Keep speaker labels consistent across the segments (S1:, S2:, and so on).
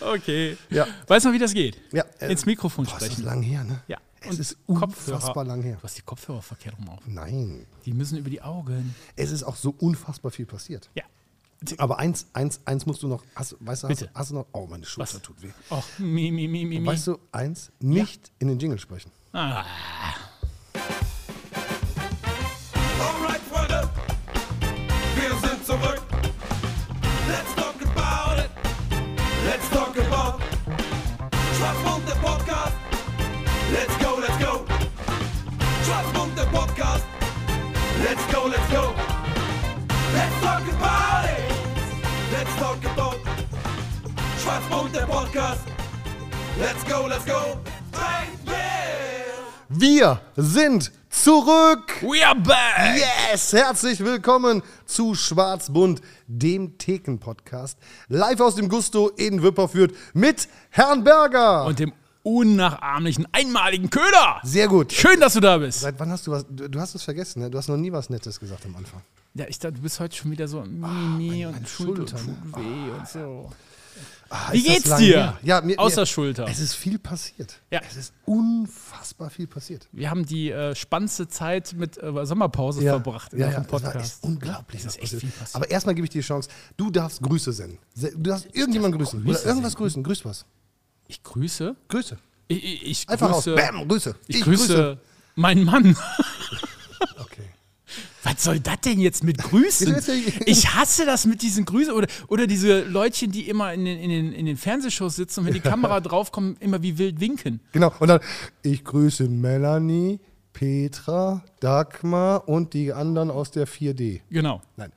S1: Okay.
S2: Ja.
S1: Weißt du noch, wie das geht?
S2: Ja, äh,
S1: Ins Mikrofon
S2: Boah, ist das
S1: sprechen.
S2: lang her, ne?
S1: Ja.
S2: Es
S1: Und
S2: ist
S1: Kopfhörer.
S2: unfassbar lang her.
S1: Du hast die Kopfhörer verkehrt rum auf.
S2: Nein.
S1: Die müssen über die Augen.
S2: Es ist auch so unfassbar viel passiert.
S1: Ja.
S2: Aber eins, eins, eins musst du noch. Hast, weißt du, hast,
S1: Bitte.
S2: hast du noch. Oh, meine Schulter
S1: Was?
S2: tut weh.
S1: Och, mi, mi, mi, mi, mi.
S2: Weißt du, eins, nicht in den Jingle sprechen.
S1: Ah,
S3: Alright, Freunde, wir sind zurück. Let's talk about it. Let's talk about Schwarzmund, der Podcast. Let's go, let's go. Schwarzmund, der Podcast. Let's go, let's go. Let's talk about it. Let's talk about Schwarzmund, der Podcast. Let's go, let's go. Hey, yeah.
S2: Wir sind zurück!
S1: we are back!
S2: Yes! Herzlich willkommen zu Schwarzbund, dem Theken-Podcast. Live aus dem Gusto in Wipperfürth mit Herrn Berger.
S1: Und dem unnachahmlichen, einmaligen Köder.
S2: Sehr gut.
S1: Schön, dass du da bist.
S2: Seit wann hast du was? Du, du hast es vergessen, ne? Du hast noch nie was Nettes gesagt am Anfang.
S1: Ja, ich dachte, du bist heute schon wieder so Mimi
S2: meine
S1: und Ah, Schulter
S2: Schulter, ne?
S1: tut weh und so.
S2: Ah,
S1: Wie
S2: ist das
S1: geht's
S2: lang
S1: dir?
S2: her? Ja, mir,
S1: Außer
S2: mir,
S1: Schulter.
S2: Es ist viel passiert.
S1: Ja.
S2: Es ist unfassbar viel passiert.
S1: Wir haben die äh, spannendste Zeit mit äh, Sommerpause verbracht in
S2: ja, ja,
S1: unserem
S2: Podcast. Es war echt
S1: Podcast.
S2: unglaublich.
S1: Das
S2: was
S1: ist echt
S2: passiert.
S1: viel passiert.
S2: Aber erstmal gebe ich dir die Chance. Du darfst Grüße senden. Se- Du darfst irgendjemanden grüßen.
S1: Grüße
S2: Oder irgendwas grüßen. Grüß was.
S1: Ich grüße.
S2: Grüße.
S1: Ich, ich, ich
S2: Einfach
S1: grüße.
S2: raus. Bam, Grüße.
S1: Ich, grüße, meinen Mann.
S2: Okay.
S1: Was soll das denn jetzt mit Grüßen?
S2: Wieso jetzt-
S1: Ich hasse das mit diesen Grüßen. Oder, oder diese Leutchen, die immer in den, in, den, in den Fernsehshows sitzen und wenn die Kamera draufkommt, immer wie wild winken.
S2: Genau. Und dann, ich grüße Melanie, Petra, Dagmar und die anderen aus der 4D.
S1: Genau.
S2: Nein.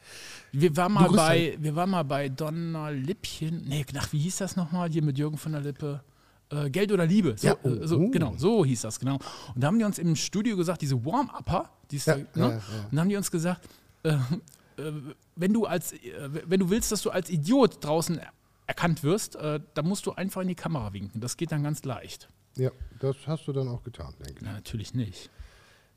S1: Wir waren mal
S2: grüßt
S1: bei, wir waren mal bei Donner Lippchen. Nee, nach wie hieß das nochmal hier mit Jürgen von der Lippe? Äh, Geld oder Liebe. So,
S2: Ja, oh,
S1: äh, so,
S2: oh.
S1: Genau, so hieß das, genau. Und da haben die uns im Studio gesagt, diese Warm-Upper, die ist
S2: Ja,
S1: da, ne?
S2: ja, ja.
S1: Und da haben die uns gesagt, äh, äh, wenn du als, äh, wenn du willst, dass du als Idiot draußen erkannt wirst, äh, dann musst du einfach in die Kamera winken. Das geht dann ganz leicht.
S2: Ja, das hast du dann auch getan, denke ich.
S1: Na, natürlich nicht.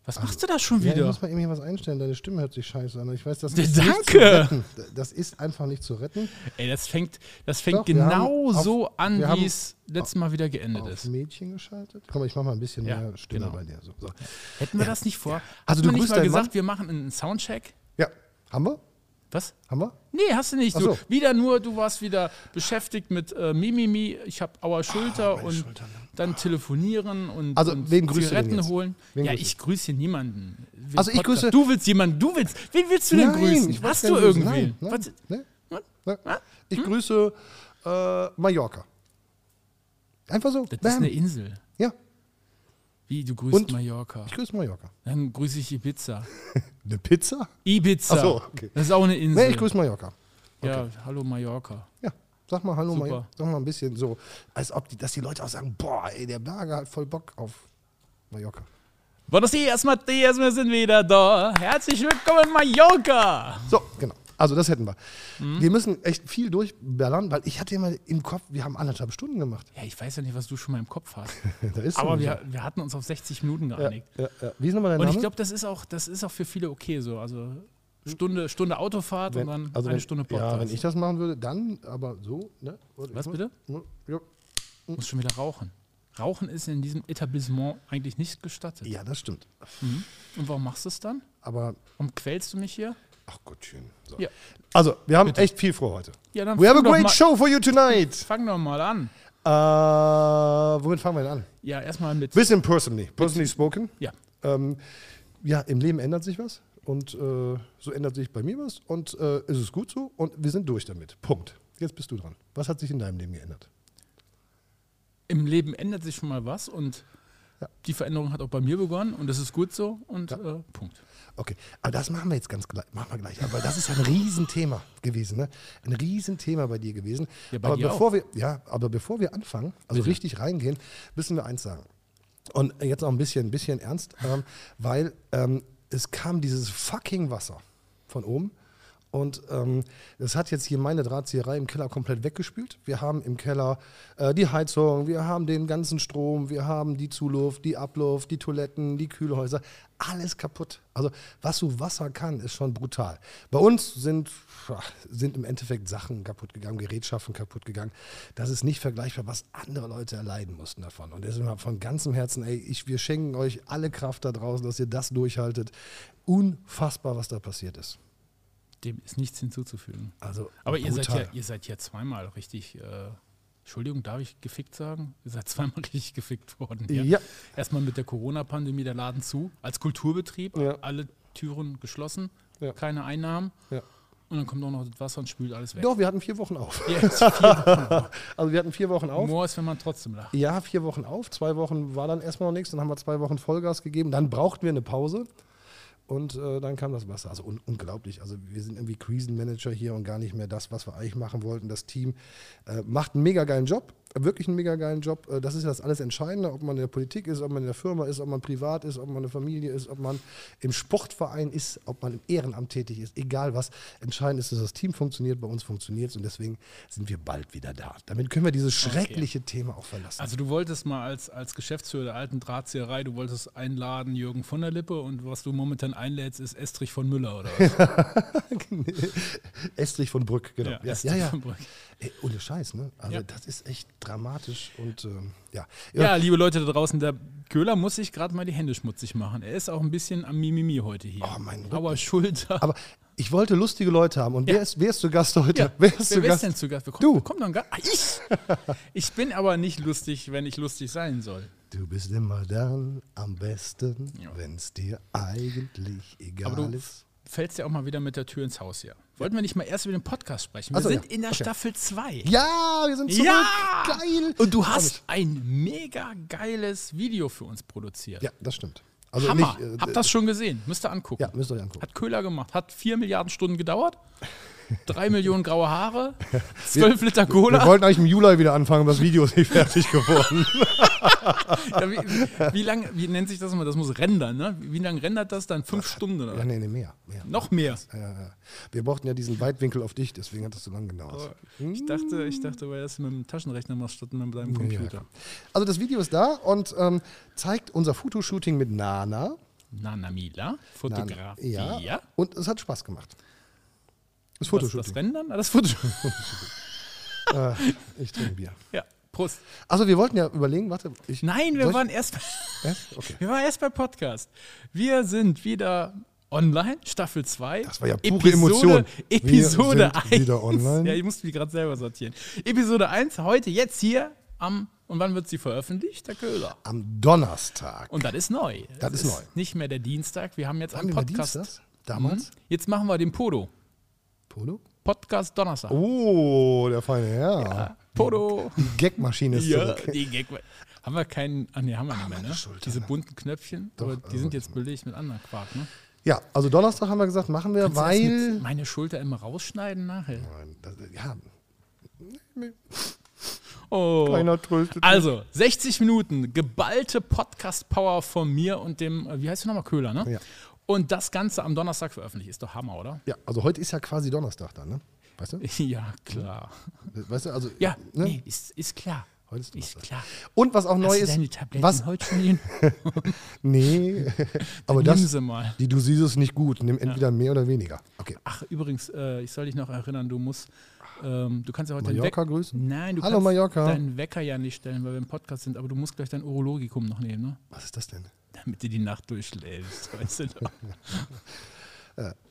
S1: Was machst du da schon
S2: Also, Ja, ich
S1: wieder?
S2: muss mal irgendwie was einstellen. Deine Stimme hört sich scheiße an. Ich weiß, das
S1: Ja,
S2: ist nicht
S1: danke.
S2: zu retten. Das ist einfach nicht zu retten.
S1: Ey, das fängt, das fängt
S2: Doch, wir
S1: genau
S2: haben auf-
S1: so an,
S2: wir haben-
S1: wie es letztes Mal wieder geendet
S2: Auf
S1: ist.
S2: Mädchen geschaltet. Komm, ich mach mal ein bisschen
S1: Ja,
S2: mehr Stimme
S1: genau.
S2: bei dir. So. So.
S1: Hätten wir das nicht vor?
S2: Also
S1: Hat
S2: du
S1: man nicht
S2: grüßt
S1: mal
S2: deinen
S1: gesagt,
S2: Mann?
S1: wir machen einen Soundcheck?
S2: Ja, haben wir?
S1: Was?
S2: Haben wir?
S1: Nee, hast du nicht.
S2: Ach
S1: Du,
S2: so.
S1: Wieder nur, du warst wieder beschäftigt mit äh, Mimimi, ich habe
S2: Ah,
S1: Auer Schulter und dann telefonieren und,
S2: ne? Also,
S1: und
S2: wen grüßt du denn
S1: Zigaretten
S2: jetzt?
S1: holen.
S2: Wen
S1: ja,
S2: grüßt du?
S1: ich grüße niemanden. Wen
S2: Also ich
S1: Podcast-
S2: grüße-
S1: Du willst jemanden, du willst. Wen willst du denn grüßen?
S2: ich weiß
S1: hast
S2: gar
S1: du
S2: nicht, grüßen.
S1: irgendwie?
S2: Nein,
S1: Was? Hm?
S2: nein, nein, nein. Ne? Ich grüße äh, Mallorca. Einfach so.
S1: Das ist
S2: Bam.
S1: eine Insel.
S2: ja,
S1: Wie, du grüßt
S2: Und-
S1: Mallorca.
S2: ich grüße Mallorca.
S1: Dann grüße ich Ibiza.
S2: Eine Pizza?
S1: Ibiza.
S2: Ach so, okay.
S1: Das ist auch eine Insel.
S2: Nee, ich grüße Mallorca.
S1: Ja, hallo Mallorca.
S2: Ja. Sag mal Hallo,
S1: Super.
S2: Mallorca. Sag mal ein bisschen so, als ob die, dass die Leute auch sagen, boah, ey, der Berger hat voll Bock auf Mallorca.
S1: Buenos Dias, Matthias, wir sind wieder da. Herzlich willkommen, Mallorca.
S2: So, genau. Also das hätten wir. Wir müssen echt viel durchballern, weil ich hatte immer im Kopf, wir haben anderthalb Stunden gemacht.
S1: Ja, ich weiß ja nicht, was du schon mal im Kopf hast.
S2: Da ist
S1: Aber
S2: sie
S1: wir, wir hatten uns auf 60 Minuten
S2: ja,
S1: geeinigt.
S2: ja, ja. Wie ist nochmal dein
S1: Und
S2: Name?
S1: ich glaube, das ist auch, das ist auch für viele okay so. Also Stunde, Stunde Autofahrt und
S2: wenn,
S1: dann
S2: also
S1: eine
S2: wenn,
S1: Stunde Podcast.
S2: Ja, wenn ich das machen würde, dann aber so. Ne? Warte,
S1: Was
S2: ich
S1: bitte?
S2: muss- Ja.
S1: muss schon wieder rauchen. Rauchen ist in diesem Etablissement eigentlich nicht gestattet.
S2: ja, das stimmt.
S1: Und warum machst du es dann?
S2: Aber,
S1: Warum quälst du mich hier?
S2: ach Gottchen. So.
S1: Ja.
S2: Also, wir haben echt viel vor heute.
S1: Ja, dann
S2: We have a
S1: fang doch
S2: great
S1: mal-
S2: show for you tonight.
S1: Fang doch mal an.
S2: Äh, womit fangen wir denn an?
S1: Ja, erstmal mit.
S2: Bisschen personally. Personally spoken.
S1: Ja.
S2: Ähm, ja, im Leben ändert sich was und äh, so ändert sich bei mir was und äh, ist es ist gut so und wir sind durch damit. Punkt. Jetzt bist du dran. Was hat sich in deinem Leben geändert?
S1: im Leben ändert sich schon mal was und die Veränderung hat auch bei mir begonnen und das ist gut so und äh, Punkt.
S2: Okay, aber das machen wir jetzt ganz gleich. Machen wir gleich. Aber das ist ein Riesenthema gewesen, ne? Ein Riesenthema bei dir gewesen.
S1: Ja, bei
S2: aber
S1: dir
S2: bevor wir, ja, aber bevor wir anfangen, also richtig reingehen, müssen wir eins sagen. Und jetzt auch ein bisschen, ein bisschen ernst, ähm, weil ähm, es kam dieses fucking Wasser von oben Und ähm, das hat jetzt hier meine Drahtzieherei im Keller komplett weggespült. Wir haben im Keller äh, die Heizung, wir haben den ganzen Strom, wir haben die Zuluft, die Abluft, die Toiletten, die Kühlhäuser, alles kaputt. Also was so Wasser kann, ist schon brutal. Bei uns sind, pff, sind im Endeffekt Sachen kaputt gegangen, Gerätschaften kaputt gegangen. Das ist nicht vergleichbar, was andere Leute erleiden mussten davon. Und deswegen von ganzem Herzen, ey, ich, wir schenken euch alle Kraft da draußen, dass ihr das durchhaltet. Unfassbar, was da passiert ist.
S1: Dem ist nichts hinzuzufügen.
S2: Also
S1: Aber ihr seid, ja,
S2: brutal.
S1: ihr seid ja zweimal richtig, äh, Entschuldigung, darf ich gefickt sagen? Ihr seid zweimal richtig gefickt worden.
S2: Ja.
S1: Erstmal mit der Corona-Pandemie der Laden zu, als Kulturbetrieb,
S2: Ja.
S1: alle Türen geschlossen,
S2: Ja.
S1: keine Einnahmen.
S2: Ja.
S1: Und dann kommt auch noch das Wasser und spült alles weg.
S2: Doch, wir hatten vier Wochen auf.
S1: Ja, ist viel
S2: Also wir hatten vier Wochen auf.
S1: Humor ist, wenn man trotzdem lacht.
S2: Ja, vier Wochen auf. Zwei Wochen war dann erstmal noch nichts. Dann haben wir zwei Wochen Vollgas gegeben. Dann brauchten wir eine Pause. Und äh, dann kam das Wasser. Also un unglaublich. Also wir sind irgendwie Krisenmanager hier und gar nicht mehr das, was wir eigentlich machen wollten. Das Team äh, macht einen mega geilen Job. Wirklich einen mega geilen Job. Äh, Das ist ja das alles Entscheidende, ob man in der Politik ist, ob man in der Firma ist, ob man privat ist, ob man eine Familie ist, ob man im Sportverein ist, ob man im Ehrenamt tätig ist. Egal was. Entscheidend ist, dass das Team funktioniert, bei uns funktioniert es und deswegen sind wir bald wieder da. Damit können wir dieses schreckliche Thema auch verlassen.
S1: Also du wolltest mal als, als Geschäftsführer der alten Drahtzieherei, du wolltest einladen Jürgen von der Lippe und was du momentan einlädst, ist Estrich von Müller oder was?
S2: Estrich von Brück, genau. Ja,
S1: Estrich
S2: ja, ja.
S1: von Brück.
S2: Ey, ohne Scheiß, ne? Also
S1: Ja.
S2: das ist echt dramatisch und ähm, ja.
S1: ja, liebe Leute da draußen, der Köhler muss sich gerade mal die Hände schmutzig machen. Er ist auch ein bisschen am Mimimi heute hier.
S2: Oh, mein Rücken.
S1: Aber Schulter.
S2: Aber ich wollte lustige Leute haben und
S1: Ja.
S2: wer, ist, wer ist zu Gast heute?
S1: Ja,
S2: Wer ist zu
S1: wer
S2: Gast?
S1: ist denn zu Gast? Wer kommt,
S2: Du.
S1: wer Kommt dann gar, ah, ich. ich bin aber nicht lustig, wenn ich lustig sein soll.
S2: Du bist immer dann am besten,
S1: Ja.
S2: wenn's dir eigentlich egal
S1: Aber du
S2: ist.
S1: fällst ja auch mal wieder mit der Tür ins Haus hier. Wollten wir nicht mal erst über den Podcast sprechen? Wir
S2: Ach so,
S1: sind
S2: ja.
S1: in der
S2: Okay.
S1: Staffel 2.
S2: Ja, wir sind zurück. Geil.
S1: Und du hast ein mega geiles Video für uns produziert.
S2: Ja, das stimmt. Also
S1: Hammer.
S2: nicht, äh,
S1: Habt das schon gesehen? Müsst ihr angucken.
S2: Ja, müsst ihr euch angucken.
S1: Hat Köhler gemacht. Hat 4 Milliarden Stunden gedauert. 3 Millionen graue Haare. 12 Liter
S2: Wir
S1: Cola.
S2: wollten eigentlich im Juli wieder anfangen, aber das Video ist nicht fertig geworden.
S1: Ja, wie, wie, wie lange, wie nennt sich das immer? Das muss rendern, ne? Wie lange rendert das dann? Fünf Stunden oder?
S2: ja,
S1: was?
S2: nee, nee, mehr. mehr.
S1: Noch mehr.
S2: Ja, ja, ja. Wir brauchten ja diesen Weitwinkel auf dich, deswegen hat das so lange gedauert.
S1: Oh,
S2: Hm?
S1: Ich dachte, ich dachte, weil das mit dem Taschenrechner machst statt mit deinem Computer.
S2: Also das Video ist da und ähm, zeigt unser Fotoshooting mit Nana.
S1: Nana Mila,
S2: Nana
S1: Fotografie.
S2: ja. Und es hat Spaß gemacht. Das
S1: Was, das
S2: Fotoshooting.
S1: Rendern? Ah, Das Fotoshooting.
S2: Äh, Ich trinke Bier.
S1: Ja, Prost.
S2: Also wir wollten ja überlegen, warte, ich.
S1: Nein, wir
S2: Soll ich-
S1: waren erst
S2: Äh? Okay.
S1: wir waren erst bei Podcast. Wir sind wieder online, Staffel 2.
S2: Das war ja pure Emotion. Wir
S1: Episode
S2: sind
S1: 1.
S2: wieder online.
S1: Ja, ich musste die gerade selber sortieren. Episode 1 heute jetzt hier am und wann wird sie veröffentlicht? Der Köhler.
S2: Am Donnerstag.
S1: Und das ist neu.
S2: Das
S1: Es
S2: ist neu.
S1: Nicht mehr der Dienstag, wir haben jetzt
S2: Haben
S1: einen
S2: wir mal
S1: Podcast. Mhm.
S2: Dienstags? Damals?
S1: Jetzt machen wir den Podo.
S2: Polo?
S1: Podcast Donnerstag.
S2: Oh, der feine Herr.
S1: Podo.
S2: Die Gagmaschine ist
S1: Ja,
S2: zurück.
S1: die Gag. Haben wir keinen. Ah, nee, haben wir nicht mehr, ne?
S2: Schulter,
S1: Diese bunten Knöpfchen, aber die sind jetzt belegt mit anderen Quark, ne?
S2: Ja, also Donnerstag haben wir gesagt, machen wir,
S1: Kannst du das
S2: weil.
S1: mit meine Schulter immer rausschneiden nachher.
S2: Nein, das- Ja,
S1: Oh.
S2: keiner tröstet.
S1: Also, 60 Minuten geballte Podcast-Power von mir und dem, äh, wie heißt du nochmal, Köhler, ne?
S2: Ja.
S1: Und das Ganze am Donnerstag veröffentlicht. Ist doch Hammer, oder?
S2: Ja, also heute ist ja quasi Donnerstag dann, ne? Weißt du?
S1: Ja, klar.
S2: Weißt du, also.
S1: Ja,
S2: ne?
S1: nee, ist, ist klar.
S2: Heute ist
S1: ist
S2: Donnerstag.
S1: klar.
S2: Und was auch neu
S1: Hast du
S2: ist.
S1: deine Tabletten
S2: was,
S1: heute schon hin?
S2: Nee, aber
S1: Nimm
S2: das,
S1: sie mal.
S2: die du siehst, ist nicht gut. Nimm entweder mehr oder weniger. Okay.
S1: Ach, übrigens, äh, ich soll dich noch erinnern, du musst, ähm, du kannst ja heute
S2: Mallorca
S1: deinen Weck-
S2: grüßen?
S1: Nein, du
S2: Hallo,
S1: kannst
S2: Mallorca.
S1: deinen Wecker ja nicht stellen, weil wir im Podcast sind, aber du musst gleich dein Urologikum noch nehmen, ne?
S2: Was ist das denn?
S1: Damit du die Nacht durchschläfst, weißt du doch.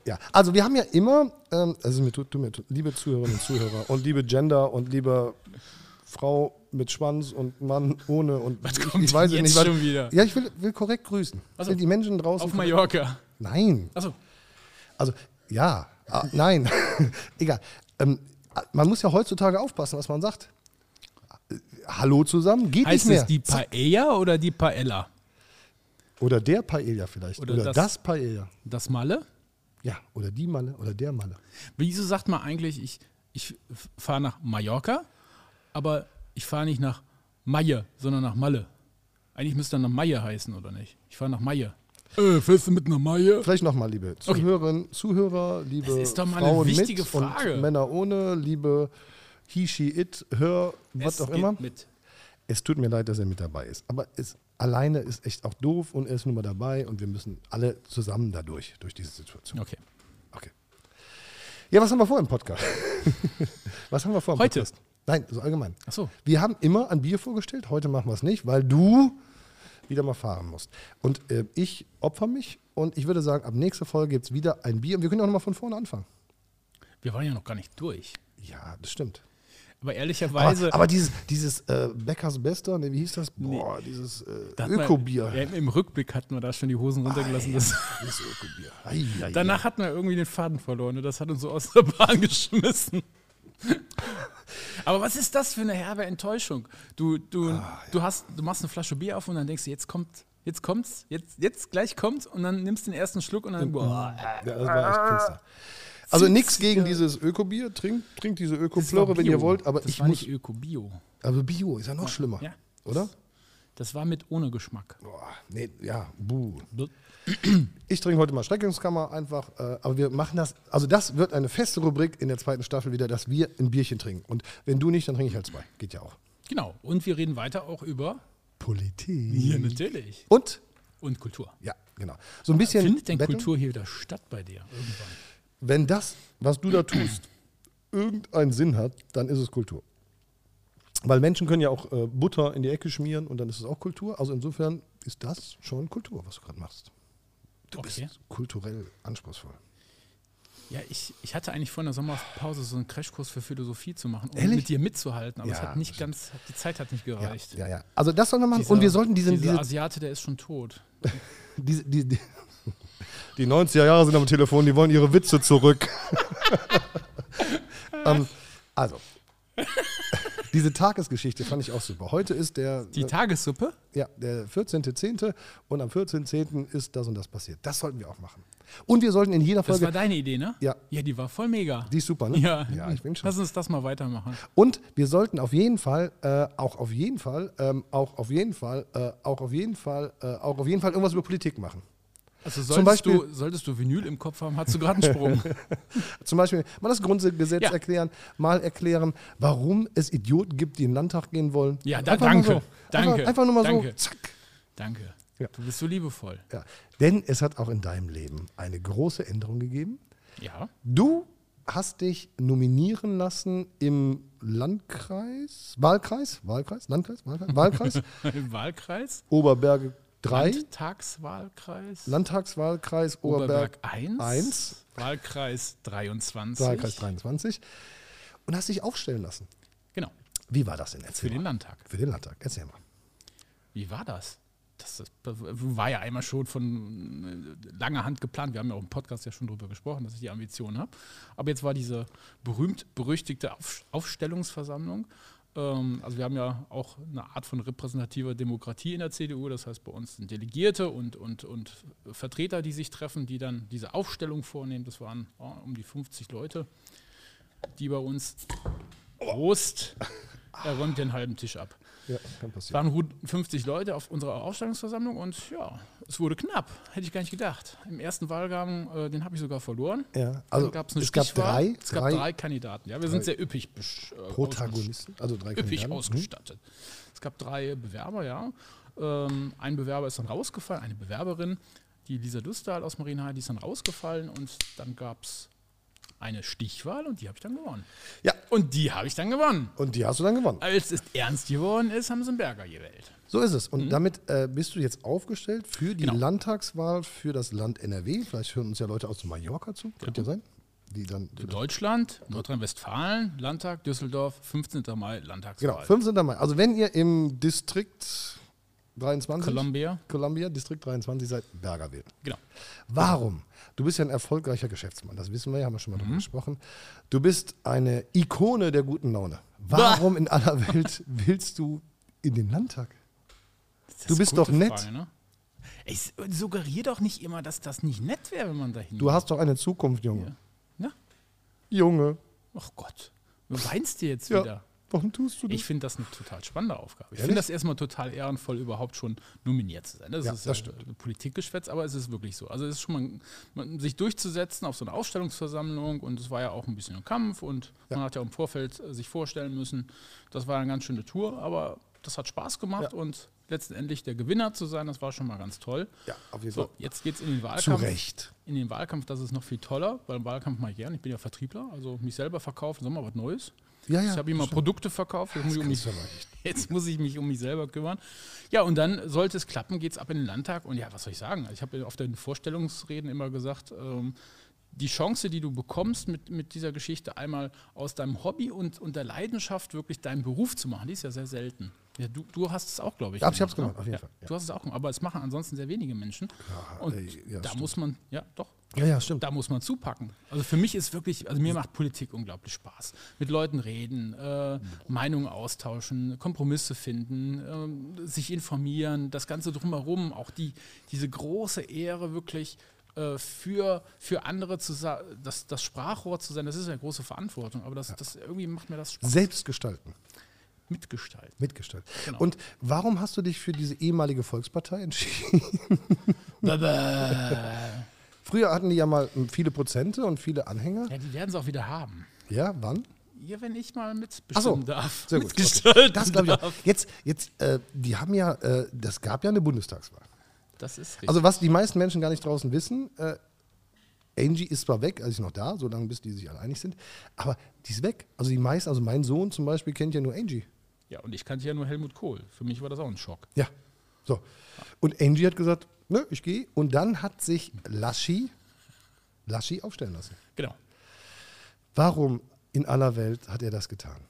S2: Ja, also wir haben ja immer, ähm, also mir tut, tut mir, tut, liebe Zuhörerinnen und Zuhörer und liebe Gender und liebe Frau mit Schwanz und Mann ohne und was
S1: kommt
S2: ich weiß
S1: denn
S2: es nicht
S1: jetzt schon wieder?
S2: Ja, ich will, will korrekt grüßen.
S1: Also,
S2: Also, die Menschen draußen.
S1: Auf Mallorca.
S2: Nein,
S1: Achso,
S2: Also, ja, ah, nein, egal. Ähm, man muss ja heutzutage aufpassen, was man sagt. Äh, Hallo zusammen, geht
S1: heißt
S2: nicht mehr.
S1: es die Paella oder die Paella?
S2: oder der Paella vielleicht.
S1: Oder
S2: Oder,
S1: das-
S2: das, Paella.
S1: Das Malle?
S2: Ja, oder die Malle, oder der Malle.
S1: Wieso sagt man eigentlich, ich, ich fahre nach Mallorca, aber ich fahre nicht nach Maie, sondern nach Malle? Eigentlich müsste dann nach Maie heißen, oder nicht? Ich fahre nach Maie. Äh, fährst du mit einer Maie?
S2: Vielleicht nochmal, liebe Zuhörerinnen, Zuhörer, liebe
S1: Das ist doch mal eine
S2: Frauen
S1: wichtige
S2: mit
S1: Frage.
S2: und Männer ohne, liebe He, She, It, Hör, was
S4: Es
S2: auch
S4: geht
S2: immer.
S4: Mit.
S2: Es tut mir leid, dass er mit dabei ist. Aber es alleine ist echt auch doof und er ist nun mal dabei und wir müssen alle zusammen dadurch, durch diese Situation.
S1: Okay.
S2: Okay. Ja, was haben wir vor im Podcast? was haben wir vor im
S1: Heute?
S2: Podcast? Nein, so allgemein.
S1: Ach so.
S2: Wir haben immer ein Bier vorgestellt, heute machen wir es nicht, weil du wieder mal fahren musst. Und äh, ich opfer mich und ich würde sagen, ab nächster Folge gibt es wieder ein Bier und wir können auch nochmal von vorne anfangen.
S1: Wir waren ja noch gar nicht durch.
S2: Ja, das stimmt.
S1: Aber
S2: Aber,
S1: ehrlicherweise.
S2: aber dieses, dieses äh, Bäckers Bester, ne, wie hieß das? Boah, dieses
S1: da
S2: äh,
S1: hat man-
S2: Ökobier.
S1: Ja, Im Rückblick hatten wir da schon die Hosen runtergelassen. Das,
S2: Dieses Ökobier. Ei, ei, ei.
S1: danach hatten wir irgendwie den Faden verloren und das hat uns so aus der Bahn geschmissen. Aber was ist das für eine herbe Enttäuschung? Du, du,
S2: Ah,
S1: du, hast, du machst eine Flasche Bier auf und dann denkst du, jetzt kommt, jetzt kommt's, jetzt, jetzt gleich kommt's und dann nimmst du den ersten Schluck und dann, boah,
S2: Ja, das war echt finster. Also nichts gegen dieses Ökobier. Trinkt trink diese
S1: das war
S2: Ökoflöre, wenn ihr
S1: Bio.
S2: wollt. Aber
S1: das
S2: ich
S1: war
S2: muss.
S1: nicht Öko-Bio.
S2: Aber Bio ist ja noch schlimmer.
S1: Ja.
S2: Oder?
S1: Das war mit ohne Geschmack.
S2: Boah, nee, ja, buh. Ich trinke heute mal Streckungskammer einfach, äh, aber wir machen das, also das wird eine feste Rubrik in der zweiten Staffel wieder, dass wir ein Bierchen trinken. Und wenn du nicht, dann trinke ich halt zwei. Geht ja auch.
S1: Genau. Und wir reden weiter auch über.
S2: Politik.
S1: natürlich.
S2: Und,
S1: Und Kultur.
S2: ja, genau. So ein bisschen.
S1: Findet denn
S2: betteln.
S1: Kultur hier wieder statt bei dir irgendwann?
S2: Wenn das, was du da tust, irgendeinen Sinn hat, dann ist es Kultur. Weil Menschen können ja auch äh, Butter in die Ecke schmieren und dann ist es auch Kultur. Also insofern ist das schon Kultur, was du gerade machst. Du
S1: Okay.
S2: bist kulturell anspruchsvoll.
S1: Ja, ich, ich hatte eigentlich vor einer Sommerpause so einen Crashkurs für Philosophie zu machen, um
S2: Ehrlich?
S1: mit dir mitzuhalten, aber es
S2: Ja,
S1: hat nicht
S2: das
S1: ganz, die Zeit hat nicht
S2: Ja,
S1: gereicht.
S2: ja, ja. Also das sollen wir machen.
S1: Dieser-
S2: und wir sollten diesen,
S1: dieser
S2: diese,
S1: Asiate, der ist schon tot.
S2: diese, die, die, die 90er Jahre sind am Telefon, die wollen ihre Witze zurück. ähm, also, diese Tagesgeschichte fand ich auch super. Heute ist der...
S1: Die Tagessuppe?
S2: Ja, der 14.10. und am 14.10. ist das und das passiert. Das sollten wir auch machen. Und wir sollten in jeder
S1: Das war
S2: Folge.
S1: deine Idee, ne?
S2: Ja.
S1: Ja, die war voll mega.
S2: Die ist super, ne?
S1: ja.
S2: ja ich bin schon.
S1: Lass uns das mal weitermachen.
S2: Und wir sollten auf jeden Fall, äh, auch auf jeden Fall, ähm, auch auf jeden Fall, äh, auch auf jeden Fall, äh, auch auf jeden Fall irgendwas über Politik machen.
S1: Also
S2: Zum
S1: solltest, du,
S2: Beispiel-
S1: solltest du Vinyl im Kopf haben, hast du gerade einen Sprung.
S2: Zum Beispiel mal das Grundgesetz
S1: Ja.
S2: erklären, mal erklären, warum es Idioten gibt, die in den Landtag gehen wollen.
S1: Ja, da-
S2: nur
S1: danke.
S2: So.
S1: Danke.
S2: Einfach, einfach nur mal so.
S1: Danke.
S2: Zack.
S1: Danke.
S2: Ja.
S1: Du bist so liebevoll.
S2: Ja. Denn es hat auch in deinem Leben eine große Änderung gegeben.
S1: Ja.
S2: Du hast dich nominieren lassen im Landkreis, Wahlkreis, Wahlkreis, Landkreis, Wahlkreis, Wahlkreis
S1: Im Wahlkreis?
S2: Oberberge 3,
S1: Landtagswahlkreis?
S2: Landtagswahlkreis
S1: Oberberg
S2: Oberberg
S1: 1,
S2: 1.
S1: Wahlkreis 23.
S2: Wahlkreis 23 und hast dich aufstellen lassen.
S1: Genau,
S2: Wie war das denn?
S1: für
S2: Erzähl
S1: den
S2: mal.
S1: Landtag.
S2: Für den Landtag, erzähl mal.
S1: Wie war das? Das, das war ja einmal schon von äh, langer Hand geplant. Wir haben ja auch im Podcast ja schon drüber gesprochen, dass ich die Ambitionen habe. Aber jetzt war diese berühmt-berüchtigte Auf Aufstellungsversammlung. Ähm, also wir haben ja auch eine Art von repräsentativer Demokratie in der CDU. Das heißt, bei uns sind Delegierte und, und, und Vertreter, die sich treffen, die dann diese Aufstellung vornehmen. Das waren oh, um die 50 Leute, die bei uns... Prost! Er räumt den halben Tisch ab.
S2: Ja, kann
S1: Es
S2: passieren.
S1: waren rund 50 Leute auf unserer Ausstellungsversammlung und ja, es wurde knapp. Hätte ich gar nicht gedacht. Im ersten Wahlgang, äh, den habe ich sogar verloren.
S2: Ja, also
S1: Dann gab's eine
S2: es gab
S1: Stichwahl.
S2: drei,
S1: es gab
S2: drei
S1: drei, Kandidaten. Ja, wir sind sehr üppig, besch- äh,
S2: Protagonisten, also drei
S1: ausges- üppig
S2: Kandidaten. Hm?
S1: ausgestattet. Es gab drei Bewerber, ja. Ähm, ein Bewerber ist dann rausgefallen, eine Bewerberin, die Lisa Dustahl aus Marienheil, die ist dann rausgefallen und dann gab es eine Stichwahl und die habe ich dann gewonnen.
S2: Ja,
S1: Und die habe ich dann gewonnen.
S2: und die hast du dann gewonnen.
S1: Als es ernst geworden ist, haben sie einen Berger gewählt.
S2: So ist es. Und damit äh, bist du jetzt aufgestellt für die
S1: Mhm. Genau.
S2: Landtagswahl für das Land NRW. Vielleicht hören uns ja Leute aus Mallorca zu. Könnte ja sein. Die dann genau.
S1: Deutschland, Nordrhein-Westfalen, Landtag, Düsseldorf, 15. Mai,
S2: genau,
S1: Landtagswahl.
S2: 15. Mai. Also wenn ihr im Distrikt 23,
S1: Columbia.
S2: Columbia, Distrikt 23 seid, Berger wählen.
S1: Genau.
S2: Warum? Du bist ja ein erfolgreicher Geschäftsmann. Das wissen wir, ja, haben wir schon mal
S1: Mhm.
S2: drüber gesprochen. Du bist eine Ikone der guten Laune. Warum in aller Welt willst du in den Landtag?
S1: Das ist
S2: Du bist
S1: eine
S2: doch
S1: gute
S2: nett.
S1: Frage, ne? Ich s- suggerier doch nicht immer, dass das nicht nett wäre, wenn man da hin
S2: Du hast doch eine Zukunft, Junge.
S1: Ja. Ne?
S2: Junge.
S1: Ach Gott, du weinst dir jetzt
S2: Ja.
S1: wieder.
S2: Warum tust du das?
S1: Ich finde das eine total spannende Aufgabe. Ich
S2: Ehrlich?
S1: finde das erstmal total ehrenvoll, überhaupt schon nominiert zu sein. Das
S2: Ja,
S1: ist
S2: das
S1: äh, Politikgeschwätz, aber es ist wirklich so. Also es ist schon mal, ein- man, sich durchzusetzen auf so eine Aufstellungsversammlung und es war ja auch ein bisschen ein Kampf und man hat ja im Vorfeld äh, sich vorstellen müssen. Das war eine ganz schöne Tour, aber das hat Spaß gemacht
S2: Ja.
S1: und letztendlich der Gewinner zu sein, das war schon mal ganz toll.
S2: Ja, auf jeden
S1: So,
S2: Fall.
S1: jetzt geht's in den
S2: Zu
S1: Wahlkampf.
S2: Recht.
S1: In den Wahlkampf, das ist noch viel toller, weil im Wahlkampf mache ich gern. Ich bin ja Vertriebler, also mich selber verkaufen, sag mal was Neues.
S2: Ja, ja,
S1: ich habe ihm mal
S2: das stimmt.
S1: Produkte verkauft, jetzt muss, ich um mich,
S2: kannst du aber nicht.
S1: jetzt muss ich mich um mich selber kümmern. Ja, und dann sollte es klappen, geht's ab in den Landtag. Und ja, was soll ich sagen? Ich habe auf den Vorstellungsreden immer gesagt, ähm, die Chance, die du bekommst, mit, mit dieser Geschichte einmal aus deinem Hobby und, und der Leidenschaft wirklich deinen Beruf zu machen, die ist ja sehr selten. Ja, du, du hast es auch, glaube ich.
S2: Ja, ich hab's gemacht,
S1: ne?
S2: auf jeden
S1: ja,
S2: Fall, ja.
S1: Du hast es auch gemacht, aber es machen ansonsten sehr wenige Menschen. und
S2: ey, ja,
S1: da
S2: stimmt.
S1: muss man, ja, doch,
S2: Ja, ja, stimmt.
S1: da muss man zupacken. Also für mich ist wirklich, also mir macht Politik unglaublich Spaß. Mit Leuten reden, äh, Meinungen austauschen, Kompromisse finden, ähm, sich informieren, das Ganze drumherum, auch die, diese große Ehre wirklich äh, für, für andere zu sa- das, das Sprachrohr zu sein, das ist ja große Verantwortung, aber das, das irgendwie macht mir das Spaß.
S2: Selbst gestalten.
S1: Mitgestalten.
S2: Mitgestalten.
S1: Genau.
S2: Und warum hast du dich für diese ehemalige Volkspartei entschieden? Früher hatten die ja mal viele Prozente und viele Anhänger.
S1: Ja, die werden es auch wieder haben.
S2: Ja, wann?
S1: Ja, wenn ich mal
S2: Ach so,
S1: mitbestimmen darf.
S2: Sehr gut. Okay.
S1: Mitgestalten
S2: Das glaube ich
S1: darf.
S2: auch. Jetzt, jetzt äh, die haben ja, äh, das gab ja eine Bundestagswahl.
S1: Das ist richtig.
S2: Also was die meisten Menschen gar nicht draußen wissen, äh, Angie ist zwar weg, also ist noch da, solange bis die sich alle einig sind, aber die ist weg. Also die meisten, also mein Sohn zum Beispiel kennt ja nur Angie.
S1: ja, und ich kannte ja nur Helmut Kohl. Für mich war das auch ein Schock.
S2: Ja. So. Und Angie hat gesagt, nö, ich gehe. Und dann hat sich Laschi, Laschi aufstellen lassen.
S1: Genau.
S2: Warum in aller Welt hat er das getan?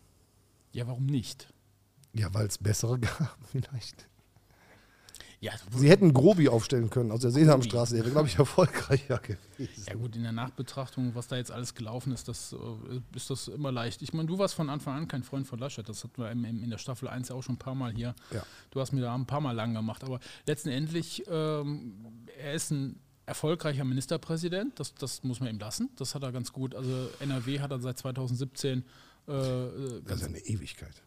S1: Ja, warum nicht?
S2: Ja, weil es bessere gab, vielleicht.
S1: Ja, also,
S2: Sie hätten Grobi aufstellen können aus der Sesamstraße, der wäre, glaube ich, erfolgreicher gewesen.
S1: ja gut, in der Nachbetrachtung, was da jetzt alles gelaufen ist, das, äh, ist das immer leicht. Ich meine, du warst von Anfang an kein Freund von Laschet. Das hatten wir im, im, in der Staffel 1 auch schon ein paar Mal hier.
S2: Ja.
S1: Du hast mir da ein paar Mal lang gemacht. Aber letzten Endlich, ähm, er ist ein erfolgreicher Ministerpräsident. Das, das muss man ihm lassen. Das hat er ganz gut. Also NRW hat er seit 2017 äh, äh,
S2: Das ist eine Ewigkeit.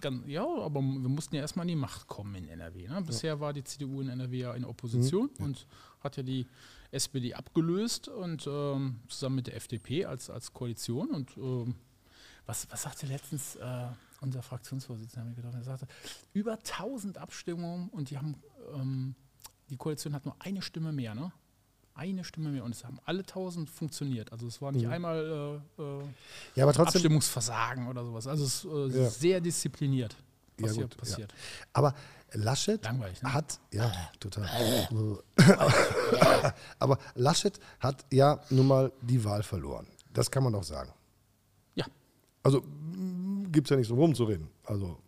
S1: Ganz, ja, aber m- wir mussten ja erstmal in die Macht kommen in NRW. Ne? Bisher war die CDU in NRW ja in Opposition und hat ja die SPD abgelöst und ähm, zusammen mit der FDP als, als Koalition. Und ähm, was, was sagte letztens äh, unser Fraktionsvorsitzender? Hab ich gedacht, er sagte, über 1000 Abstimmungen und die haben, ähm, die Koalition hat nur eine Stimme mehr, ne? Eine Stimme mehr und es haben alle 1000 funktioniert. Also es war nicht einmal äh, äh,
S2: Ja, aber trotzdem,
S1: Abstimmungsversagen oder sowas. Also es ist äh,
S2: Ja.
S1: sehr diszipliniert, was
S2: Ja,
S1: hier
S2: gut, ja.
S1: passiert.
S2: Aber Laschet
S1: Langweilig, ne?
S2: hat, ja, total. aber Laschet hat ja nun mal die Wahl verloren. Das kann man doch sagen.
S1: Ja.
S2: Also gibt es ja nicht so rumzureden. Also,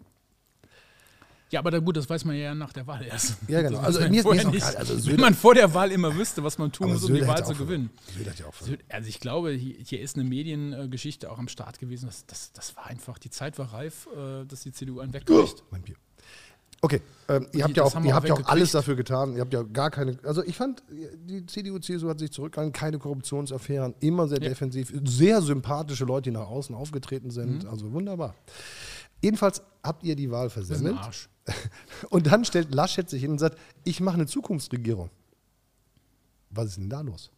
S1: ja, aber da, gut, das weiß man ja nach der Wahl erst.
S2: Ja, genau.
S1: Das
S2: Also
S1: weiß man
S2: mir ist-
S1: vorher
S2: mir ist auch
S1: nicht.
S2: klar, also
S1: Wenn
S2: Söder-
S1: man vor der Wahl immer wüsste, was man tun
S2: aber
S1: muss, um
S2: Söder
S1: die
S2: hätte
S1: Wahl
S2: auch
S1: zu gewinnen.
S2: verloren. Söder hat ja auch verloren.
S1: Sü- Also ich glaube, hier hier ist eine Mediengeschichte auch am Start gewesen. Das, das, das war einfach, die Zeit war reif, äh, dass die CDU einen wegkriegt.
S2: Mein Bier. Okay, ähm, ihr habt ja
S1: das
S2: auch,
S1: haben
S2: ihr
S1: wir
S2: habt ja auch
S1: weggekriegt.
S2: alles dafür getan. Ihr habt ja gar keine. Also ich fand, die CDU, CSU hat sich zurückgehalten, keine Korruptionsaffären, immer sehr defensiv, sehr sympathische Leute, die nach außen aufgetreten sind.
S1: Mhm.
S2: Also wunderbar. Jedenfalls habt ihr die Wahl
S1: Das ist
S2: versendet.
S1: ein Arsch.
S2: Und dann stellt Laschet sich hin und sagt, ich mache eine Zukunftsregierung. Was ist denn da los?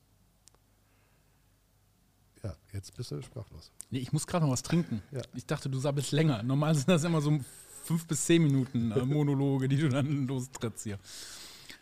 S2: Ja, jetzt bist du sprachlos.
S1: Nee, ich muss gerade noch was trinken.
S2: Ja.
S1: Ich dachte, du sabbelst länger. Normal sind das immer so fünf bis zehn Minuten äh, Monologe, die du dann lostrittst hier.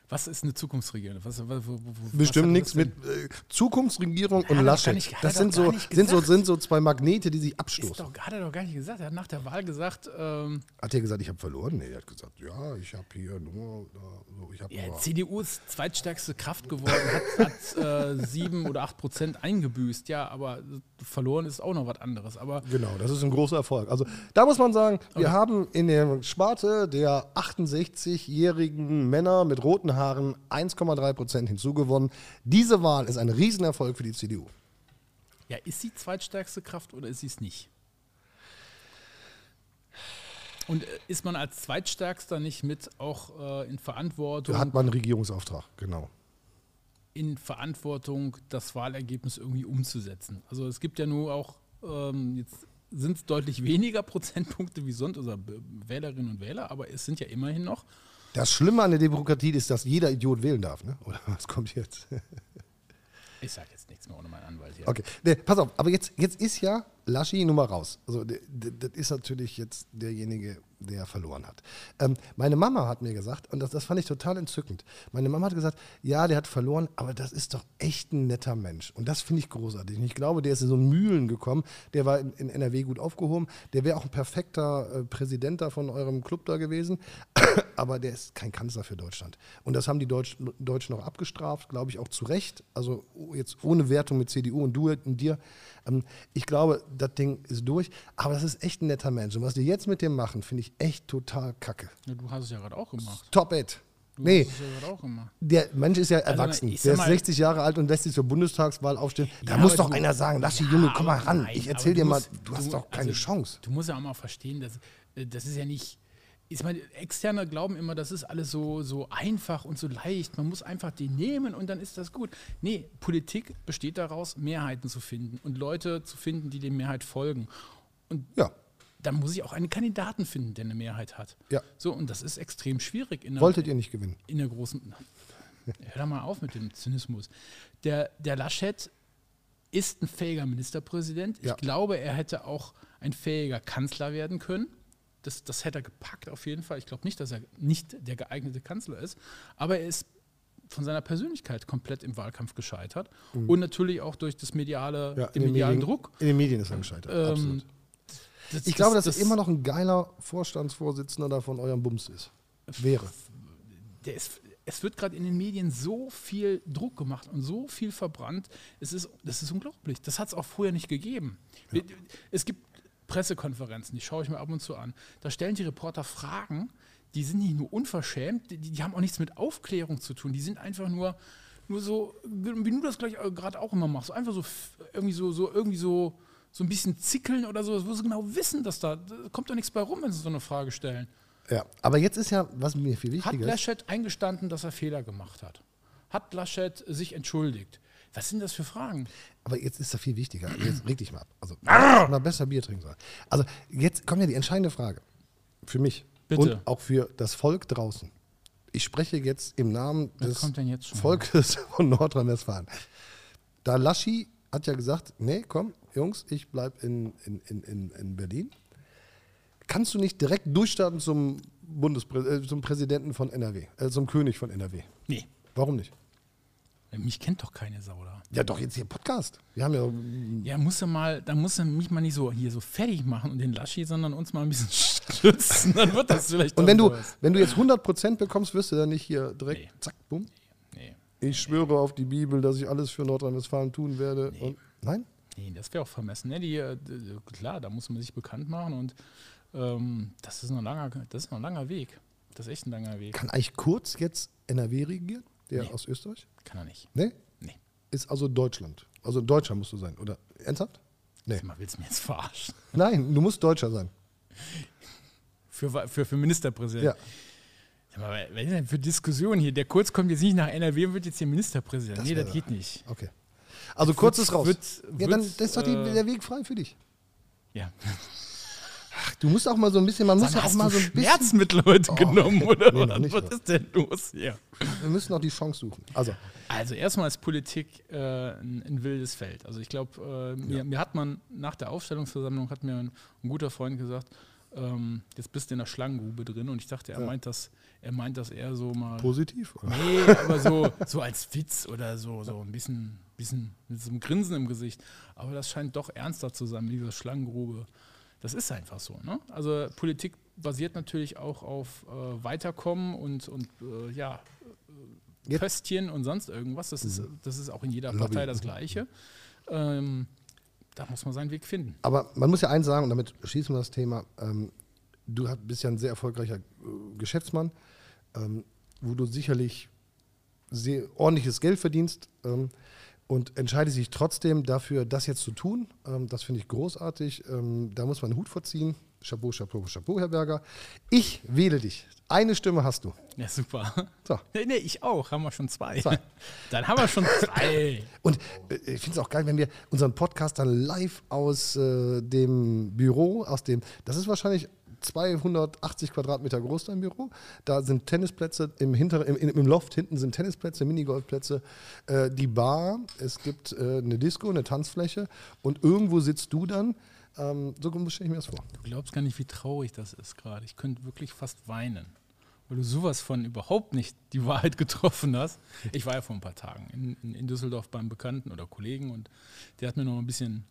S1: Was ist eine Zukunftsregierung? Was, was, wo- wo- was
S2: Bestimmt
S1: hat
S2: nichts
S1: das denn-
S2: mit äh, Zukunftsregierung
S1: er
S2: und
S1: doch
S2: Laschet.
S1: gar nicht- hat er
S2: das
S1: doch
S2: sind
S1: gar
S2: so,
S1: nicht
S2: sind, so,
S1: gesagt.
S2: sind so zwei Magnete, die sich
S1: Ist
S2: abstoßen.
S1: doch, hat er doch gar nicht gesagt. Er hat nach der Wahl gesagt, ähm,
S2: Hat er gesagt, ich habe verloren? Nee, er hat gesagt, ja, ich habe hier nur, da, so, ich habe
S1: ja,
S2: nur.
S1: CDU ist zweitstärkste Kraft geworden, hat, hat äh, sieben oder acht Prozent eingebüßt. Ja, aber verloren ist auch noch was anderes. Aber
S2: Genau, das ist ein großer Erfolg. Also da muss man sagen, wir haben in der Sparte der 68-jährigen Männer mit roten Haaren 1,3 Prozent hinzugewonnen. Diese Wahl ist ein Riesenerfolg für die CDU.
S1: ja, ist sie zweitstärkste Kraft oder ist sie es nicht? Und äh, ist man als zweitstärkster nicht mit auch äh, in Verantwortung?
S2: Da hat man einen Regierungsauftrag, genau.
S1: in Verantwortung, das Wahlergebnis irgendwie umzusetzen. Also es gibt ja nur auch ähm, jetzt sind es deutlich weniger Prozentpunkte wie sonst oder B- Wählerinnen und Wähler, aber es sind ja immerhin noch.
S2: Das Schlimme an der Demokratie ist, dass jeder Idiot wählen darf, ne? Oder was kommt jetzt?
S1: Ich sage jetzt nichts mehr ohne meinen Anwalt hier.
S2: Okay, nee, pass auf, aber jetzt, jetzt ist ja Laschi nun mal raus. Also, d- d- das ist natürlich jetzt derjenige, der verloren hat. Ähm, meine Mama hat mir gesagt, und das, das fand ich total entzückend, meine Mama hat gesagt, ja, der hat verloren, aber das ist doch echt ein netter Mensch. Und das finde ich großartig. Und ich glaube, der ist in so Mühlen gekommen, der war in, in NRW gut aufgehoben, der wäre auch ein perfekter äh, Präsident da von eurem Club da gewesen, aber der ist kein Kanzler für Deutschland. Und das haben die Deutsch, Deutschen auch abgestraft, glaube ich auch zu Recht. Also oh, jetzt ohne Wertung mit CDU und du und dir. Ähm, ich glaube, das Ding ist durch. Aber das ist echt ein netter Mensch. Und was die jetzt mit dem machen, finde ich echt total kacke.
S1: Ja, du hast es ja gerade auch gemacht.
S2: Top it.
S1: Du
S2: Nee,
S1: hast es ja gerade auch gemacht.
S2: der Mensch ist ja erwachsen.
S1: Also, ich sag
S2: der ist
S1: mal-
S2: 60 Jahre alt und lässt sich zur Bundestagswahl aufstehen. Da
S1: Ja,
S2: muss
S1: aber
S2: doch
S1: du-
S2: einer sagen, lass die Junge, komm mal
S1: Ah, aber
S2: ran.
S1: nein,
S2: Ich
S1: aber
S2: erzähl dir mal,
S1: musst-
S2: du hast doch keine
S1: also,
S2: Chance.
S1: Du musst ja auch mal verstehen, dass, äh, das ist ja nicht. Ich meine, Externe glauben immer, das ist alles so, so einfach und so leicht. Man muss einfach die nehmen und dann ist das gut. Nee, Politik besteht daraus, Mehrheiten zu finden und Leute zu finden, die der Mehrheit folgen. Und
S2: Ja,
S1: dann muss ich auch einen Kandidaten finden, der eine Mehrheit hat.
S2: Ja.
S1: So, und das ist extrem schwierig in der,
S2: wolltet ihr nicht gewinnen.
S1: in der großen. Na, Hör doch mal auf mit dem Zynismus. Der, der Laschet ist ein fähiger Ministerpräsident. Ich
S2: Ja.
S1: glaube, er hätte auch ein fähiger Kanzler werden können. Das, das hätte er gepackt, auf jeden Fall. Ich glaube nicht, dass er nicht der geeignete Kanzler ist. Aber er ist von seiner Persönlichkeit komplett im Wahlkampf gescheitert. Und natürlich auch durch das mediale,
S2: Mhm. Ja,
S1: den medialen
S2: Medien,
S1: Druck.
S2: In den Medien ist er gescheitert.
S1: Ähm,
S2: absolut.
S1: Das-
S2: Ich glaube, dass das, immer noch ein geiler Vorstandsvorsitzender da von eurem Bums ist. Wäre.
S1: der ist, es wird gerade in den Medien so viel Druck gemacht und so viel verbrannt. Es ist, das ist unglaublich. Das hat es auch vorher nicht gegeben. Wir- Es gibt Pressekonferenzen, die schaue ich mir ab und zu an. Da stellen die Reporter Fragen, die sind nicht nur unverschämt, die, die haben auch nichts mit Aufklärung zu tun. Die sind einfach nur, nur so, wie du das gleich äh, gerade auch immer machst, so einfach so f- irgendwie so, so irgendwie so so ein bisschen zickeln oder so, wo sie genau wissen, dass da, da kommt doch nichts bei rum, wenn sie so eine Frage stellen.
S2: Ja. Aber jetzt ist ja, was mir viel
S1: Hat
S2: wichtiger ist.
S1: Laschet eingestanden, dass er Fehler gemacht hat? Hat Laschet sich entschuldigt? Was sind das für Fragen?
S2: Aber jetzt ist da viel wichtiger. Jetzt reg dich mal ab. Also, oder besser Bier trinken sollen. Also, jetzt kommt ja die entscheidende Frage. Für mich.
S1: Bitte.
S2: Und auch für das Volk draußen. Ich spreche jetzt im Namen
S1: Was
S2: des
S1: kommt denn jetzt schon?
S2: Volkes von Nordrhein-Westfalen. Da Laschi hat ja gesagt, nee, komm, Jungs, ich bleib in, in, in, in, in Berlin. Kannst du nicht direkt durchstarten zum, Bundesprä äh, zum Präsidenten von NRW, äh, zum König von NRW?
S1: Nee.
S2: Warum nicht?
S1: Mich kennt doch keine Sau da.
S2: Ja, doch, jetzt hier Podcast. Wir haben ja
S1: Ja, musst du mal, da musst du mich mal nicht so hier so fertig machen und den Laschi, sondern uns mal ein bisschen stützen. Dann wird das vielleicht.
S2: Und
S1: doch
S2: wenn du,
S1: sowas.
S2: wenn du jetzt 100% bekommst, wirst du dann nicht hier direkt,
S1: Nee.
S2: zack, bumm.
S1: Nee,
S2: Ich schwöre auf die Bibel, dass ich alles für Nordrhein-Westfalen tun werde. Und, nein?
S1: nee das wäre auch vermessen. Ne? Die, äh, d- klar, da muss man sich bekannt machen und ähm, das, ist noch ein langer, das ist noch ein langer Weg. Das ist echt ein langer Weg.
S2: Kann eigentlich Kurz jetzt NRW regieren? Der
S1: Nee.
S2: aus Österreich?
S1: Kann er nicht.
S2: Nee?
S1: Nee.
S2: Ist also Deutschland. Also Deutscher musst du sein, oder? Ernsthaft? Nee.
S1: Sag mal, willst du mir jetzt verarschen?
S2: Nein, du musst Deutscher sein.
S1: Für, Wa- für, für Ministerpräsident.
S2: Ja.
S1: Sag mal, Was ist denn für Diskussionen hier? Der Kurz kommt jetzt nicht nach NRW und wird jetzt hier Ministerpräsident.
S2: Das
S1: nee,
S2: wär
S1: das
S2: doch-
S1: geht nicht.
S2: Okay. Also kurz
S1: Wird's-
S2: ist raus.
S1: wird's-
S2: ja, dann
S1: wird's,
S2: ist doch die,
S1: äh,
S2: der Weg frei für dich.
S1: Ja.
S2: Ach, du musst auch mal so ein bisschen, man muss
S1: Dann
S2: ja auch
S1: hast
S2: mal
S1: du
S2: so ein bisschen, Oh.
S1: Schmerzmittel heute genommen, oder?
S2: nee, noch
S1: was?
S2: nicht,
S1: was
S2: aber-
S1: ist denn los hier?
S2: wir müssen auch die Chance suchen. Also,
S1: Also erstmal ist Politik äh, ein, ein wildes Feld. Also ich glaube, äh, mir, mir hat man nach der Aufstellungsversammlung hat mir ein, ein guter Freund gesagt, ähm, jetzt bist du in der Schlangengrube drin und ich dachte, er meint das, er meint das eher so mal.
S2: positiv. Oder?
S1: Nee, aber so, so als Witz oder so, so ein bisschen, bisschen mit so einem Grinsen im Gesicht. Aber das scheint doch ernster zu sein, diese Schlangengrube. Das ist einfach so. Ne? Also Politik basiert natürlich auch auf äh, Weiterkommen und, und äh, ja, äh,
S2: Jetzt- Mhm.
S1: Köstchen und sonst irgendwas. Das ist, das ist auch in jeder
S2: Lobby.
S1: Partei das Gleiche. Ähm, da muss man seinen Weg finden.
S2: Aber man muss ja eins sagen, und damit schließen wir das Thema. Ähm, du hat- bist ja ein sehr erfolgreicher äh, Geschäftsmann, ähm, wo du sicherlich sehr ordentliches Geld verdienst ähm, und entscheidest dich trotzdem dafür, das jetzt zu tun. Ähm, das finde ich großartig. Ähm, da muss man einen Hut vorziehen. Chapeau, Chapeau, Chapeau, Herr Berger. Ich wähle dich. Eine Stimme hast du.
S1: Ja, super.
S2: So.
S1: Nee, nee, ich auch. Haben wir schon zwei.
S2: Zwei.
S1: Dann haben wir schon zwei.
S2: Und äh, ich finde es auch geil, wenn wir unseren Podcast dann live aus äh, dem Büro, aus dem, das ist wahrscheinlich 280 Quadratmeter groß, dein Büro. Da sind Tennisplätze im, hinter, im, im im Loft hinten sind Tennisplätze, Minigolfplätze, äh, die Bar, es gibt äh, eine Disco, eine Tanzfläche und irgendwo sitzt du dann. Ähm, so stelle ich mir das vor.
S1: Du glaubst gar nicht, wie traurig das ist gerade. Ich könnte wirklich fast weinen, weil du sowas von überhaupt nicht die Wahrheit getroffen hast. Ich war ja vor ein paar Tagen in, in, in Düsseldorf beim Bekannten oder Kollegen und der hat mir noch ein bisschen,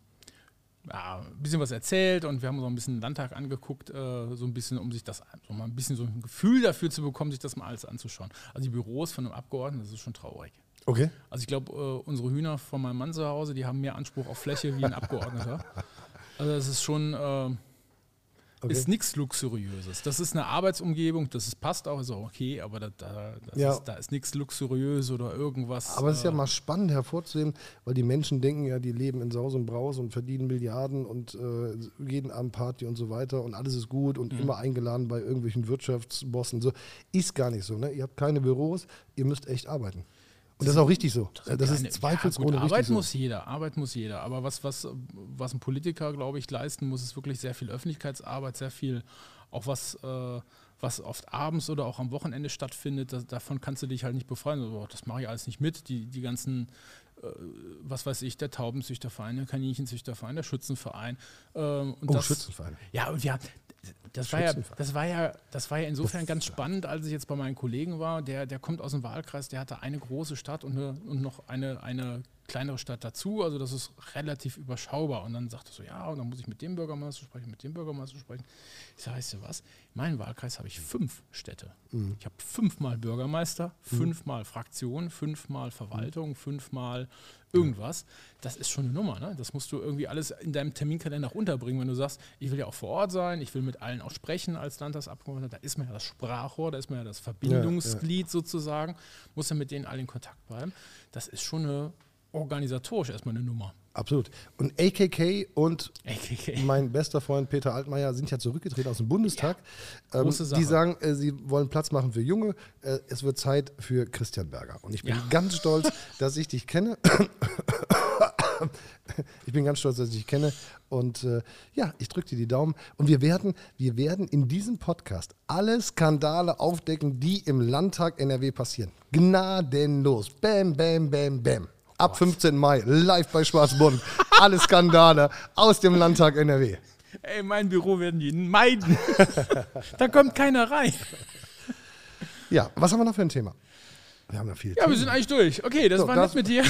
S1: ja, ein bisschen was erzählt und wir haben uns auch ein bisschen den Landtag angeguckt, äh, so ein bisschen, um sich das, so mal ein bisschen so ein Gefühl dafür zu bekommen, sich das mal alles anzuschauen. Also die Büros von einem Abgeordneten, das ist schon traurig.
S2: Okay.
S1: Also ich glaube, äh, unsere Hühner von meinem Mann zu Hause, die haben mehr Anspruch auf Fläche wie ein Abgeordneter. Also es ist schon, äh, ist nichts Luxuriöses. Das ist eine Arbeitsumgebung, das ist, passt auch, ist auch okay, aber da, da, das
S2: Ja.
S1: ist, da ist nichts Luxuriös oder irgendwas.
S2: Aber es ist ja
S1: äh,
S2: mal spannend hervorzuheben, weil die Menschen denken ja, die leben in Saus und Braus und verdienen Milliarden und äh, jeden Abend Party und so weiter und alles ist gut und
S1: Mhm.
S2: immer eingeladen bei irgendwelchen Wirtschaftsbossen. So ist gar nicht so. Ne? Ihr habt keine Büros, ihr müsst echt arbeiten. Und das ist auch richtig so. Äh, Das,
S1: keine-
S2: ist zweifelsohne
S1: ne, ja, gut, Arbeit
S2: richtig
S1: muss
S2: so.
S1: jeder, Arbeit muss jeder. Aber was, was, was ein Politiker, glaube ich, leisten muss, ist wirklich sehr viel Öffentlichkeitsarbeit, sehr viel, auch was, äh, was oft abends oder auch am Wochenende stattfindet. Das, davon kannst du dich halt nicht befreien. So, boah, das mache ich alles nicht mit. Die, die ganzen, äh, was weiß ich, der Taubenzüchterverein, der Kaninchenzüchterverein, der Schützenverein. Ähm, und
S2: Oh,
S1: das,
S2: Schützenverein.
S1: ja, und wir haben. Das war, ja,
S2: Schützenverein.
S1: das, war ja, das war ja insofern ganz spannend, als ich jetzt bei meinen Kollegen war. Der, der kommt aus dem Wahlkreis, der hatte eine große Stadt und, eine, und noch eine, eine kleinere Stadt dazu. Also das ist relativ überschaubar. Und dann sagte er so, ja, und dann muss ich mit dem Bürgermeister sprechen, mit dem Bürgermeister sprechen. Ich sage, weißt du was, in meinem Wahlkreis habe ich fünf Städte.
S2: Mhm.
S1: Ich habe fünfmal Bürgermeister, fünfmal Fraktion, fünfmal
S2: Mhm.
S1: Verwaltung, fünfmal irgendwas. Das ist schon eine Nummer. Ne? Das musst du irgendwie alles in deinem Terminkalender auch unterbringen, wenn du sagst, ich will ja auch vor Ort sein, ich will mit allen auch sprechen als Landtagsabgeordneter. Da ist man ja das Sprachrohr, da ist man ja das Verbindungsglied sozusagen. Muss ja mit denen alle in Kontakt bleiben. Das ist schon eine organisatorisch erstmal eine Nummer.
S2: Absolut. Und AKK und
S1: AKK.
S2: mein bester Freund Peter Altmaier sind ja zurückgetreten aus dem Bundestag. ähm,
S1: große Sache.
S2: Die sagen, äh, sie wollen Platz machen für Junge. Äh, es wird Zeit für Christian Berger. Und ich bin
S1: Ja.
S2: ganz stolz, dass ich dich kenne. ich bin ganz stolz, dass ich dich kenne. Und äh, ja, ich drücke dir die Daumen. Und wir werden, wir werden in diesem Podcast alle Skandale aufdecken, die im Landtag NRW passieren. Gnadenlos. Bam, bam, bam, bam. Ab 15. Mai, live bei Schwarzbund. Alle Skandale aus dem Landtag NRW.
S1: Ey, mein Büro werden die meiden. da kommt keiner rein.
S2: Ja, was haben wir noch für ein Thema? Wir haben noch viel.
S1: Ja, wir sind eigentlich durch. Okay, das
S2: So,
S1: war
S2: das-
S1: nett mit dir.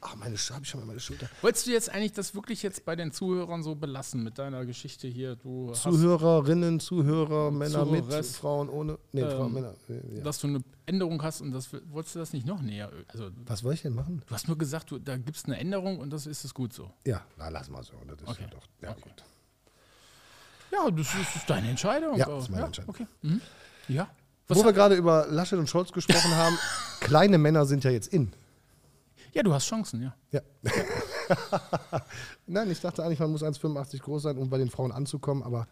S2: Ach, meine Sch hab ich schon mal meine Schulter.
S1: Wolltest du jetzt eigentlich das wirklich jetzt bei den Zuhörern so belassen mit deiner Geschichte hier? Du hast,
S2: Zuhörerinnen, Zuhörer, Männer mit,
S1: Zuhörers.
S2: Frauen ohne. Nee, Frauen, Männer. äh, Ja.
S1: dass du eine Änderung hast und das wolltest du das nicht noch näher. ö- Also du
S2: Was wollte ich denn machen?
S1: hast nur gesagt, du, da gibt es eine Änderung und das ist es gut so.
S2: Ja, na, lass mal so. Das ist
S1: Okay.
S2: ja doch. Ja, gut.
S1: Ja, das ist, das ist deine Entscheidung.
S2: Ja,
S1: aber-
S2: das ist meine Entscheidung.
S1: Okay. Mhm. Ja. Was
S2: Wo wir gerade über Laschet und Scholz gesprochen haben, kleine Männer sind ja jetzt in.
S1: ja, du hast Chancen, ja.
S2: Ja. Nein, ich dachte eigentlich, man muss 1,85 groß sein, um bei den Frauen anzukommen, aber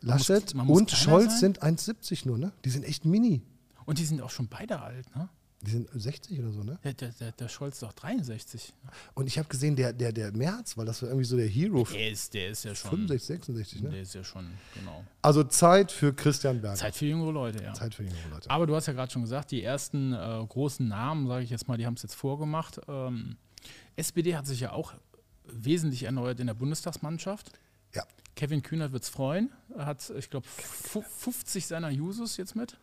S1: muss-
S2: Laschet
S1: man muss
S2: und
S1: kleiner
S2: Scholz
S1: sein?
S2: sind 1,70 nur, ne? Die sind echt mini.
S1: Und die sind auch schon beide alt, ne?
S2: Die sind 60 oder so, ne?
S1: Der, der, der, der Scholz ist doch 63.
S2: Und ich habe gesehen, der, der, der Merz, weil das war irgendwie so der Hero.
S1: Der ist, der ist ja schon.
S2: 65, 66, ne?
S1: Der ist ja schon, genau.
S2: Also Zeit für Christian Berger.
S1: Zeit
S2: Zeit,
S1: Ah. für jüngere Leute, ja.
S2: für junge Leute.
S1: Aber du hast ja gerade schon gesagt, die ersten äh, großen Namen, sage ich jetzt mal, die haben es jetzt vorgemacht. Ähm, SPD hat sich ja auch wesentlich erneuert in der Bundestagsmannschaft.
S2: Ja.
S1: Kevin Kühnert wird es freuen. Er hat, ich glaube, 50 seiner Jusos jetzt mit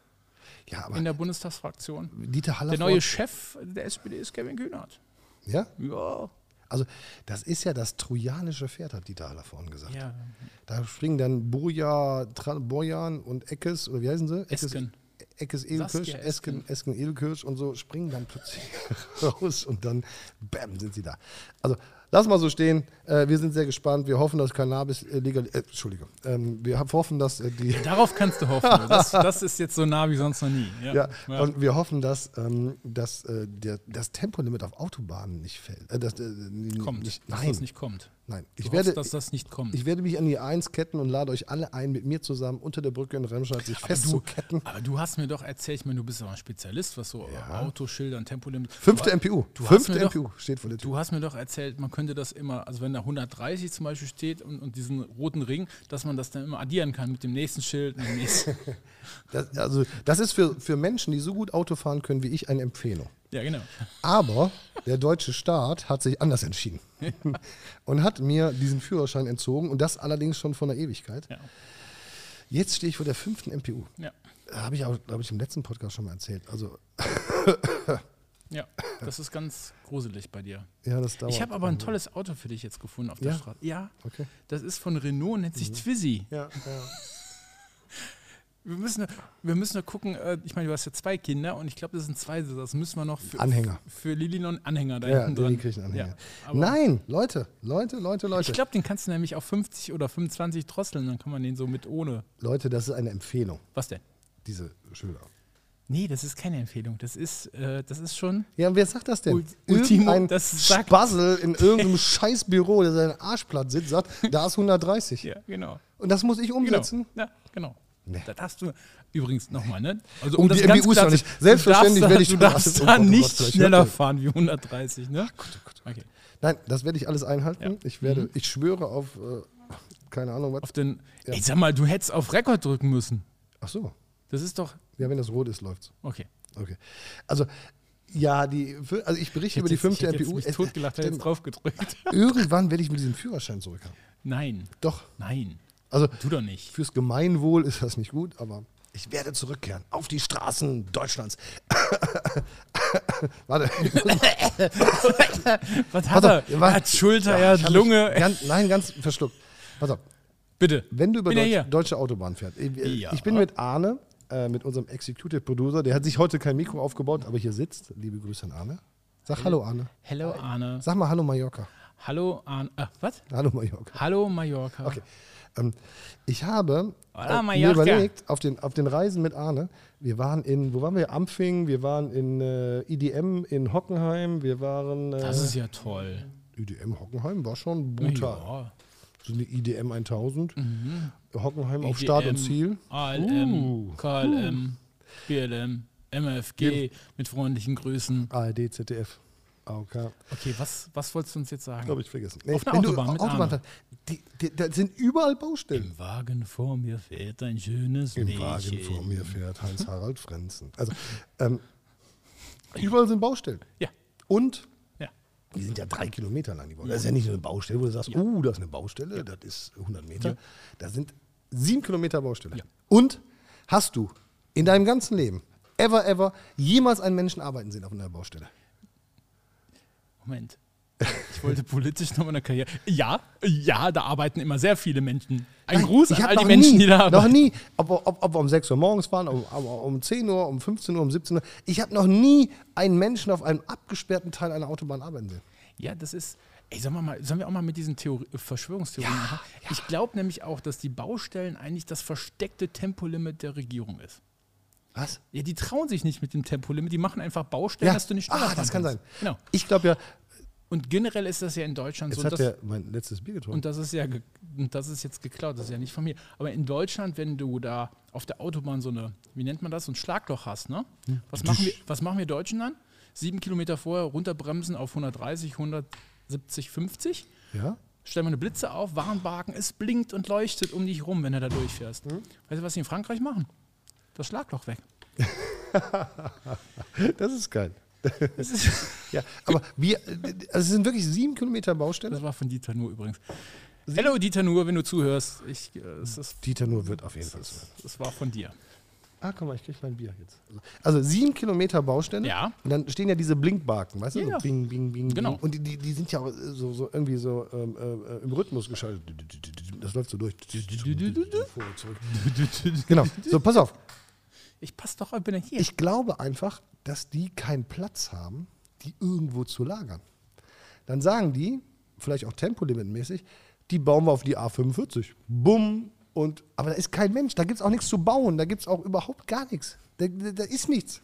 S2: Ja,
S1: in
S2: aber
S1: der Bundestagsfraktion.
S2: Dieter Haller.
S1: Der neue Chef der SPD ist Kevin Kühnert.
S2: ja?
S1: Ja.
S2: Also, das ist ja das trojanische Pferd, hat Dieter Haller vorhin gesagt.
S1: ja.
S2: Da springen dann Boja, Tra, Bojan und Eckes, oder wie heißen sie? Eckes,
S1: Esken.
S2: Eckes Edelkirsch,
S1: Saskia Esken.
S2: Esken, Esken Edelkirsch und so springen dann plötzlich raus und dann, bam, sind sie da. Also, Lass mal so stehen. Äh, wir sind sehr gespannt. Wir hoffen, dass Cannabis äh, legal. Äh, Entschuldigung. Ähm, wir hab- hoffen, dass äh, die.
S1: Darauf kannst du hoffen. Das, das ist jetzt so nah wie sonst noch nie.
S2: Ja, und wir hoffen, dass, ähm, dass äh, der, das Tempolimit auf Autobahnen nicht fällt. Äh, dass, äh, n-
S1: kommt.
S2: Nicht,
S1: dass
S2: nein,
S1: das nicht kommt.
S2: nein.
S1: Du
S2: Ich
S1: hoffst,
S2: werde,
S1: dass das nicht kommt.
S2: ich werde mich an die Eins ketten und lade euch alle ein, mit mir zusammen unter der Brücke in Remscheid sich
S1: aber, du,
S2: festzuketten.
S1: aber du hast mir doch erzählt, ich meine, du bist aber ein Spezialist, was so Autoschildern, Tempolimit.
S2: Fünfte
S1: Aber
S2: MPU.
S1: Du hast
S2: Fünfte
S1: mir doch-
S2: MPU steht vor der Tür.
S1: Du hast mir doch erzählt, man könnte das immer, also wenn da 130 zum Beispiel steht und, und diesen roten Ring, dass man das dann immer addieren kann mit dem nächsten Schild. Und dem nächsten.
S2: Das, also, das ist für, für Menschen, die so gut Auto fahren können wie ich, eine Empfehlung.
S1: ja, genau.
S2: Aber der deutsche Staat hat sich anders entschieden und hat mir diesen Führerschein entzogen und das allerdings schon vor einer Ewigkeit.
S1: Ja.
S2: Jetzt stehe ich vor der fünften MPU.
S1: Ja.
S2: Habe ich auch, glaube ich, im letzten Podcast schon mal erzählt. Also,
S1: ja, das ist ganz gruselig bei dir.
S2: ja, das dauert.
S1: Ich habe aber ein tolles Auto für dich jetzt gefunden auf der
S2: Ja?
S1: Straße. Ja,
S2: Okay. Mhm.
S1: das ist von Renault, nennt sich Twizy.
S2: Ja, ja.
S1: Wir müssen, wir müssen noch gucken, äh, ich meine, du hast ja zwei Kinder und ich glaube, das sind zwei, das müssen wir noch für,
S2: Anhänger.
S1: für Lili noch einen Anhänger da
S2: Ja,
S1: hinten
S2: die
S1: dran.
S2: kriegen einen Anhänger.
S1: Ja, aber
S2: Nein, Leute, Leute, Leute, Leute.
S1: Ich glaube, den kannst du nämlich auf 50 oder 25 drosseln, dann kann man den so mit ohne.
S2: Leute, das ist eine Empfehlung,
S1: Was denn?
S2: diese Schilder.
S1: Nee, das ist keine Empfehlung. Das ist, äh, das ist schon.
S2: Ja, und wer sagt das denn?
S1: Ult- Ultimo,
S2: Irgendein
S1: das sagt-
S2: Spassel in irgendeinem Scheißbüro, der seinen Arschplatz sitzt, sagt, da ist 130.
S1: Ja, genau.
S2: Und das muss ich
S1: genau.
S2: umsetzen?
S1: Ja, genau.
S2: Nee.
S1: Das hast du übrigens nochmal, ne? Also
S2: Um die MBUs
S1: klar
S2: noch
S1: zu-
S2: nicht. Selbstverständlich
S1: du darfst da, du
S2: werde ich-
S1: darfst
S2: Oh
S1: da
S2: Gott, oh Gott,
S1: nicht
S2: gleich
S1: schneller
S2: hört er.
S1: fahren wie 130, ne?
S2: oh
S1: Okay.
S2: Nein, das werde ich alles einhalten. Ich werde,
S1: Mhm.
S2: ich schwöre auf, äh, keine Ahnung was.
S1: Auf den, ey, sag mal, du hättest auf Rekord drücken müssen.
S2: Ach so.
S1: Das ist doch
S2: Ja, wenn das rot ist, läuft's.
S1: okay.
S2: Okay. Also, ja, die, fü- also ich berichte über die fünfte
S1: ich hätte
S2: MPU.
S1: Mich
S2: Es-
S1: totgelacht, hätte
S2: denn
S1: jetzt drauf gedrückt.
S2: Irgendwann werde ich mit diesem Führerschein zurückhaben.
S1: Nein,
S2: Doch.
S1: nein,
S2: Also,
S1: tu doch nicht.
S2: fürs Gemeinwohl ist das nicht gut, aber ich werde zurückkehren auf die Straßen Deutschlands. Warte,
S1: Was hat er? Er hat Schulter, er
S2: ich
S1: hat
S2: hab
S1: Lunge.
S2: mich Ganz, nein, ganz verschluckt. Pass auf,
S1: Bitte.
S2: wenn du über
S1: Bin ja hier.
S2: Deutsch, deutsche Autobahn fährst. Ich, äh,
S1: Ja.
S2: ich bin mit Arne, äh, mit unserem Executive Producer, der hat sich heute kein Mikro aufgebaut, aber hier sitzt. Liebe Grüße an Arne. Sag Hallo, Arne.
S1: Hallo Arne.
S2: Sag mal Hallo, Mallorca.
S1: Hallo Arne. Äh, was?
S2: Hallo, Mallorca.
S1: Hallo Mallorca.
S2: Okay. Ähm, ich habe
S1: Hola,
S2: äh, mir
S1: Mallorca.
S2: überlegt, auf den, auf den Reisen mit Arne, wir waren in, wo waren wir? Ampfing, wir waren in äh, IDM in Hockenheim, wir waren. Äh,
S1: Das ist ja toll.
S2: IDM Hockenheim war schon brutal.
S1: Ja. Mhm.
S2: So eine IDM 1000. Hockenheim auf Start und
S1: IDM,
S2: Ziel.
S1: ALM,
S2: Uh.
S1: KLM, BLM, MFG mit freundlichen Grüßen.
S2: ARD, ZDF, AOK.
S1: Okay, was, was wolltest du uns jetzt sagen?
S2: Glaube ich vergessen. Nee,
S1: Auf einer
S2: wenn du
S1: Autobahn mit
S2: Autobahn
S1: Arne.
S2: fährst, die, die, da sind überall Baustellen.
S1: Im Wagen vor mir fährt ein schönes
S2: Im
S1: Mädchen.
S2: Wagen
S1: äh,
S2: vor mir fährt Heinz-Harald Frenzen. Also, ähm, überall sind Baustellen.
S1: Ja,
S2: Und
S1: ja.
S2: Die sind ja drei Kilometer lang, die Bäume. Das ist ja nicht nur eine Baustelle, wo du sagst, oh, das ist eine Baustelle, das ist 100 Meter.
S1: Ja.
S2: Da sind sieben Kilometer Baustelle.
S1: Ja.
S2: Und hast du in deinem ganzen Leben, ever, ever, jemals einen Menschen arbeiten sehen auf einer Baustelle?
S1: Moment. Ich wollte politisch noch meine Karriere. Ja, ja, da arbeiten immer sehr viele Menschen. Ein
S2: Nein,
S1: Gruß an
S2: hab
S1: all die
S2: noch
S1: Menschen,
S2: nie,
S1: die da arbeiten.
S2: Noch nie, ob, ob, ob wir um 6 Uhr morgens waren, um, um, um 10 Uhr, um 15 Uhr, um 17 Uhr. Ich habe noch nie einen Menschen auf einem abgesperrten Teil einer Autobahn arbeiten sehen.
S1: Ja, das ist. Ey, sollen wir, mal, sollen wir auch mal mit diesen Theori äh, Verschwörungstheorien machen? Ich glaube nämlich auch, dass die Baustellen eigentlich das versteckte Tempolimit der Regierung ist.
S2: Was?
S1: Ja, die trauen sich nicht mit dem Tempolimit, die machen einfach Baustellen,
S2: Ja,
S1: dass du nicht schneller
S2: ah,
S1: fahren
S2: das kann sein.
S1: kannst. Genau.
S2: Ich glaube ja,
S1: Und generell ist das ja in Deutschland
S2: jetzt
S1: so.
S2: hat
S1: Dass,
S2: der mein letztes Bier getrunken.
S1: und das ist ja ge- und das ist jetzt geklaut, das ist ja nicht von mir. Aber in Deutschland, wenn du da auf der Autobahn so eine, wie nennt man das, so ein Schlagloch hast, ne? Was machen wir, was machen wir Deutschen dann? Sieben Kilometer vorher runterbremsen auf 130, 170, 50.
S2: ja?
S1: Stellen wir eine Blitze auf, Warnwagen, es blinkt und leuchtet um dich rum, wenn du da durchfährst. Weißt du, was sie in Frankreich machen? Das Schlagloch weg.
S2: Das ist geil.
S1: Das, ist,
S2: Ja, aber wir, also es sind wirklich sieben Kilometer Baustelle.
S1: das war von Dieter Nuhr übrigens. Hallo Dieter Nuhr, wenn du zuhörst. Ich, äh, es, ist,
S2: Dieter nur wird auf jeden Fall.
S1: es war von dir.
S2: Ah, guck mal, ich krieg mein Bier jetzt. Also sieben Kilometer Baustelle.
S1: Ja.
S2: Und dann stehen ja diese Blinkbarken, weißt du?
S1: Ja, ja.
S2: So bing, bing, bing.
S1: Genau.
S2: Bing. Und die, die, die sind ja auch so, so irgendwie so ähm, äh, im Rhythmus geschaltet. Das läuft so durch. Vor und zurück. Genau. So, pass auf.
S1: Ich pass doch, ich bin ja hier.
S2: Ich glaube einfach, dass die keinen Platz haben, die irgendwo zu lagern. Dann sagen die, vielleicht auch Tempolimitmäßig, die bauen wir auf die A45. Bumm. Und, aber da ist kein Mensch, da gibt es auch nichts zu bauen, da gibt es auch überhaupt gar nichts. Da, da, da ist nichts.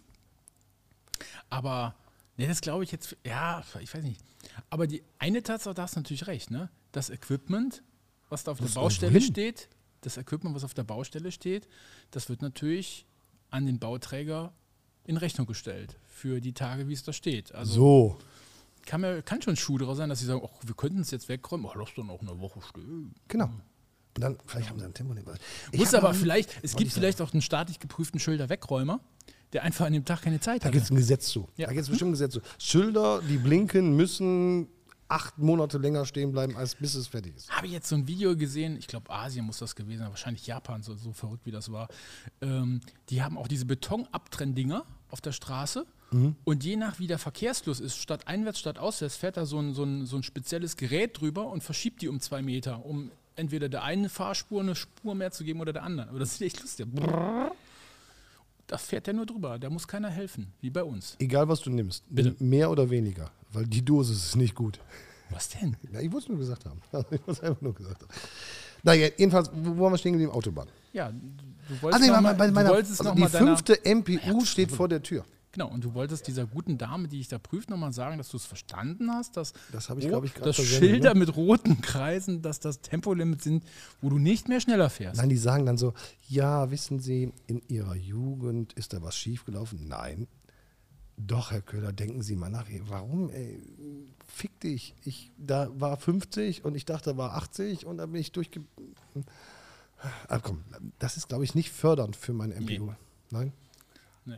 S1: Aber, ne, das glaube ich jetzt, ja, ich weiß nicht. Aber die eine Tatsache, da hast du natürlich recht, ne? Das Equipment, was da auf der
S2: Muss irgendwo
S1: Baustelle
S2: hin.
S1: steht, das Equipment, was auf der Baustelle steht, das wird natürlich an den Bauträger in Rechnung gestellt für die Tage, wie es da steht. Also
S2: So.
S1: kann, mir, kann schon ein Schuh draus sein, dass sie sagen, ach, wir könnten es jetzt wegräumen, ach, lass doch noch eine Woche stehen.
S2: Genau. Und dann, vielleicht haben sie ein Tempo nehmen. Ich
S1: Muss
S2: hab
S1: aber
S2: noch-
S1: vielleicht, es
S2: Wollte
S1: gibt
S2: ich sagen.
S1: vielleicht auch einen staatlich geprüften Schilder-Wegräumer, der einfach an dem Tag keine Zeit
S2: Da
S1: hat.
S2: gibt es ein Gesetz zu.
S1: Ja.
S2: Da gibt es bestimmt ein Gesetz zu. Schilder, die blinken, müssen acht Monate länger stehen bleiben, als bis es fertig ist.
S1: Habe ich jetzt so ein Video gesehen, ich glaube Asien muss das gewesen sein, wahrscheinlich Japan, so, so verrückt wie das war. Ähm, die haben auch diese Betonabtrenndinger auf der Straße
S2: Mhm.
S1: und je nach wie der Verkehrsfluss ist, statt einwärts, statt auswärts, fährt da so ein, so, ein, so ein spezielles Gerät drüber und verschiebt die um zwei Meter, um entweder der einen Fahrspur eine Spur mehr zu geben oder der anderen. Aber das ist echt lustig. Da fährt der nur drüber, da muss keiner helfen, wie bei uns.
S2: Egal, was du nimmst.
S1: Bitte.
S2: Mehr oder weniger. Weil die Dosis ist nicht gut.
S1: Was denn?
S2: Ja, ich wollte es nur gesagt haben. Also, Ich wollte es einfach nur gesagt haben. Naja, jedenfalls, wo wo waren wir stehen geblieben? Autobahn.
S1: Ja, du
S2: Ah,
S1: wolltest
S2: nee,
S1: noch
S2: bei-
S1: mal-
S2: bei
S1: du
S2: meiner-
S1: wolltest
S2: also
S1: noch
S2: die
S1: mal deiner-
S2: fünfte MPU steht vor der Tür.
S1: Genau, und du wolltest dieser guten Dame, die ich da prüft, nochmal sagen, dass du es verstanden hast, dass,
S2: Das habe ich, glaube ich, ne? gerade
S1: dass
S2: versendet,
S1: Schilder mit roten Kreisen, dass das Tempolimit sind, wo du nicht mehr schneller fährst.
S2: Nein, die sagen dann so, ja, wissen Sie, in Ihrer Jugend ist da was schiefgelaufen. Nein. Doch, Herr Köhler, denken Sie mal nach. Ey, Warum, ey? Fick dich. Ich, da war 50 und ich dachte, da war 80 und da bin ich durchge... Ah, komm, das ist, glaube ich, nicht fördernd für meine MPU.
S1: Nee.
S2: Nein?
S1: Nee.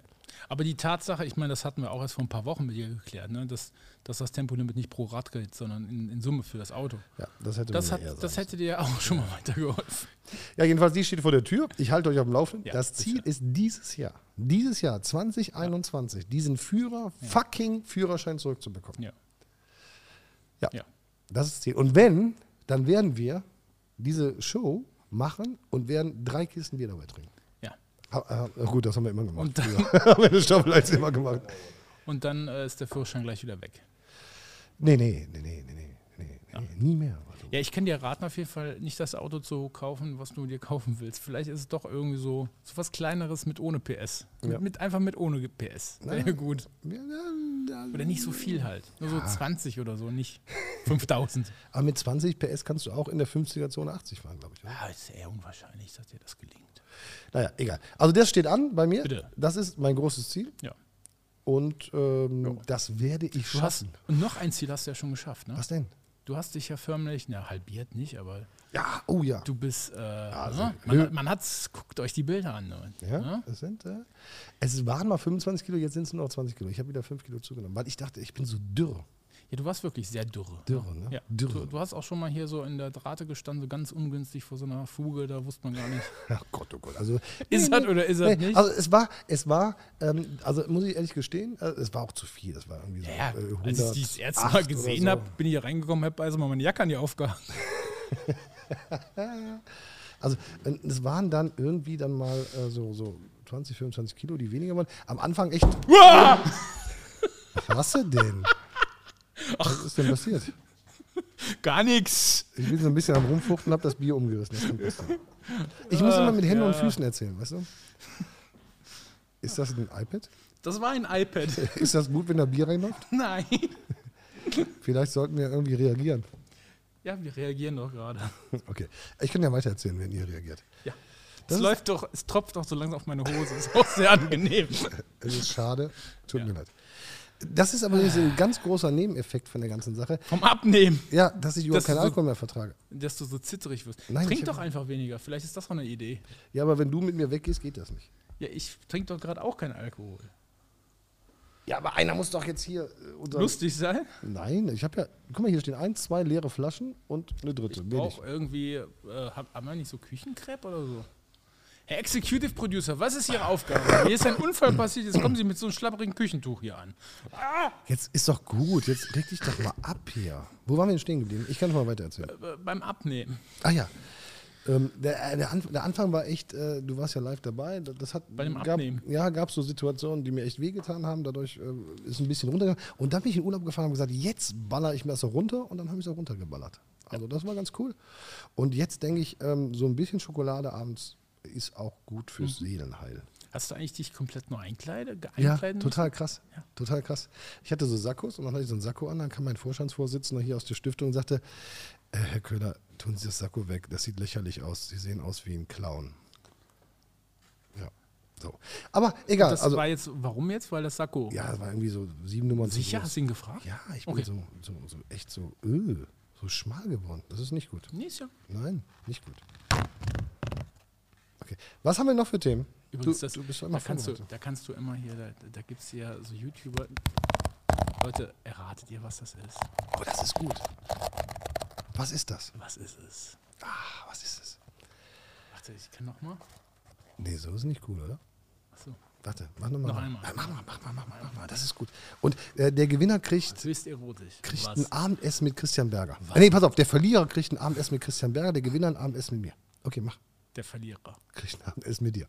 S1: Aber die Tatsache, ich meine, das hatten wir auch erst vor ein paar Wochen mit dir geklärt, ne? dass, dass das Tempolimit nicht pro Rad gilt, sondern in, in Summe für das Auto.
S2: Ja, das hätte
S1: Das,
S2: man
S1: hat,
S2: eher sagen
S1: das hätte dir ja auch schon mal weitergeholfen.
S2: Ja, jedenfalls, die steht vor der Tür. Ich halte euch auf dem Laufenden.
S1: Ja,
S2: das Ziel ist dieses Jahr, dieses Jahr 2021, diesen Führer, fucking Führerschein zurückzubekommen.
S1: Ja.
S2: Ja.
S1: ja.
S2: Das ist das Ziel. Und wenn, dann werden wir diese Show machen und werden drei Kisten Bier dabei trinken.
S1: ja.
S2: Ha, äh, gut, das haben wir immer gemacht.
S1: Und dann,
S2: Früher. haben wir eine Staffel 1 immer gemacht.
S1: und dann äh, ist der Führerschein gleich wieder weg.
S2: Nee, nee, nee, nee, nee, nee, nee, nee nie mehr. Also,
S1: Ja, ich kann dir raten, auf jeden Fall nicht das Auto zu kaufen, was du dir kaufen willst. Vielleicht ist es doch irgendwie so, so was Kleineres mit ohne PS.
S2: Ja.
S1: Mit, mit, einfach mit ohne PS. Wäre gut.
S2: ja, ja, ja.
S1: Oder nicht so viel halt. Nur so 20 oder so, nicht 5000.
S2: äh, Aber mit 20 PS kannst du auch in der 50er-Zone 80 fahren, glaube ich. oder?
S1: ja, ist eher unwahrscheinlich, dass dir das gelingt.
S2: Naja, egal. Also das steht an bei mir.
S1: Bitte.
S2: Das ist mein großes Ziel.
S1: Ja.
S2: Und ähm,
S1: Ja.
S2: das werde ich
S1: Du hast,
S2: schaffen.
S1: und noch ein Ziel hast du ja schon geschafft, ne?
S2: Was denn?
S1: Du hast dich ja förmlich, na, halbiert nicht, aber
S2: Ja, oh ja.
S1: du bist, äh,
S2: also-
S1: ne? man, man hat's, guckt euch die Bilder an. Ne?
S2: Ja,
S1: Ne?
S2: Es, sind, äh, es waren mal 25 Kilo, jetzt sind es nur noch 20 Kilo. Ich habe wieder 5 Kilo zugenommen, weil ich dachte, ich bin so dürr.
S1: ja, du warst wirklich sehr dürre.
S2: Dürre, ne?
S1: Ja, Du,
S2: Dürre.
S1: du hast auch schon mal hier so in der Drahte gestanden, so ganz ungünstig vor so einer Fuge, da wusste man gar nicht.
S2: Ach Gott, oh Gott. Also,
S1: Ist das oder ist das nicht?
S2: Also es war, es war, ähm, also muss ich ehrlich gestehen, äh, es war auch zu viel. Es war irgendwie so.
S1: Ja,
S2: äh,
S1: als ich die das erste Mal
S2: 108
S1: gesehen
S2: oder
S1: habe, bin ich hier reingekommen, habe also mal meine Jacke an die aufgehangen.
S2: Also äh, es waren dann irgendwie dann mal äh, so, so 20, 25 Kilo, die weniger waren. Am Anfang echt. Was denn? denn? Was ist denn passiert?
S1: Gar nichts.
S2: Ich bin so ein bisschen am Rumfuchten und habe das Bier umgerissen. Das kommt erst noch. ich muss immer mit Händen und
S1: ja.
S2: Füßen erzählen, weißt du? Ist das ein iPad?
S1: Das war ein iPad.
S2: Ist das gut, wenn da Bier reinläuft?
S1: Nein.
S2: Vielleicht sollten wir irgendwie reagieren.
S1: Ja, wir reagieren doch gerade.
S2: Okay. Ich kann ja weiter erzählen, wenn ihr reagiert.
S1: Ja.
S2: Das
S1: Das
S2: ist-
S1: es läuft doch, es tropft doch so langsam auf meine Hose. Ist auch sehr angenehm.
S2: Es ist schade. Tut
S1: Ja.
S2: mir leid. Das ist aber so ein ganz großer Nebeneffekt von der ganzen Sache.
S1: Vom Abnehmen,
S2: Ja, dass ich überhaupt
S1: Das
S2: keinen
S1: ist so-
S2: Alkohol mehr vertrage.
S1: dass du so zitterig wirst.
S2: Nein, ich
S1: trink
S2: hab-
S1: doch einfach weniger. Vielleicht ist das auch eine Idee.
S2: Ja, aber wenn du mit mir weggehst, geht das nicht.
S1: Ja, ich trinke doch gerade auch keinen Alkohol.
S2: Ja, aber einer muss doch jetzt hier. äh,
S1: Lustig sein.
S2: Nein, ich habe ja. Guck mal, hier stehen ein, zwei leere Flaschen und eine dritte. Mehr nicht.
S1: Auch irgendwie, äh, hab- haben wir nicht so Küchenkrepp oder so? Herr Executive Producer, was ist Ihre Aufgabe? Hier ist ein Unfall passiert, jetzt kommen Sie mit so einem schlapperigen Küchentuch hier an.
S2: Jetzt ist doch gut, jetzt reg dich doch mal ab hier. Wo waren wir denn stehen geblieben? Ich kann schon mal weiter erzählen.
S1: Äh, beim Abnehmen.
S2: Ah ja. Ähm, der, der, Anf der Anfang war echt, äh, du warst ja live dabei. da- Das hat,
S1: Bei dem
S2: gab,
S1: Abnehmen.
S2: Ja, gab so Situationen, die mir echt wehgetan haben. Dadurch äh, ist ein bisschen runtergegangen. Und dann bin ich in Urlaub gefahren und habe gesagt, jetzt baller ich mir das so runter. Und dann habe ich es auch runtergeballert. Also das war ganz cool. Und jetzt denke ich, ähm, so ein bisschen Schokolade abends ist auch gut fürs
S1: Mhm.
S2: Seelenheil.
S1: Hast du eigentlich dich komplett nur einkleide, ge-
S2: Ja,
S1: einkleiden
S2: total krass.
S1: Ja.
S2: Total krass. Ich hatte so Sakkos und dann hatte ich so einen Sakko an. Dann kam mein Vorstandsvorsitzender hier aus der Stiftung und sagte: äh, Herr Köhler, tun Sie das Sakko weg. Das sieht lächerlich aus. Sie sehen aus wie ein Clown. Ja, so. Aber egal.
S1: Das
S2: also,
S1: war jetzt, warum jetzt? Weil das Sakko.
S2: ja, das war irgendwie so sieben Nummern zu
S1: Sicher?
S2: groß.
S1: Hast du ihn gefragt?
S2: Ja, ich bin
S1: Okay.
S2: so, so, so echt so, öh, so schmal geworden. Das ist nicht gut.
S1: Nee, ist ja.
S2: Nein, nicht gut. Okay. Was haben wir noch für Themen?
S1: Übrigens,
S2: du,
S1: das,
S2: du bist doch
S1: da,
S2: immer
S1: kannst du,
S2: vorbereitet.
S1: da kannst du immer hier, da, da gibt es ja so YouTuber. Leute, erratet ihr, was das ist?
S2: Oh, das ist gut. Was ist das?
S1: Was ist es?
S2: Ah, was ist das?
S1: Warte, ich kann nochmal.
S2: Nee, so ist nicht cool, oder?
S1: Achso,
S2: Warte, mach nochmal.
S1: Noch einmal.
S2: Mach mal, mach mal, mach mal, mach mal. Das ist gut. Und äh, der Gewinner kriegt,
S1: höchst erotisch.
S2: kriegt
S1: Was?
S2: ein Abendessen mit Christian Berger. Äh, Nee, pass auf, der Verlierer kriegt ein Abendessen mit Christian Berger, der Gewinner ein Abendessen mit mir. Okay, mach.
S1: Der Verlierer.
S2: Kriegt ein Abendessen mit dir.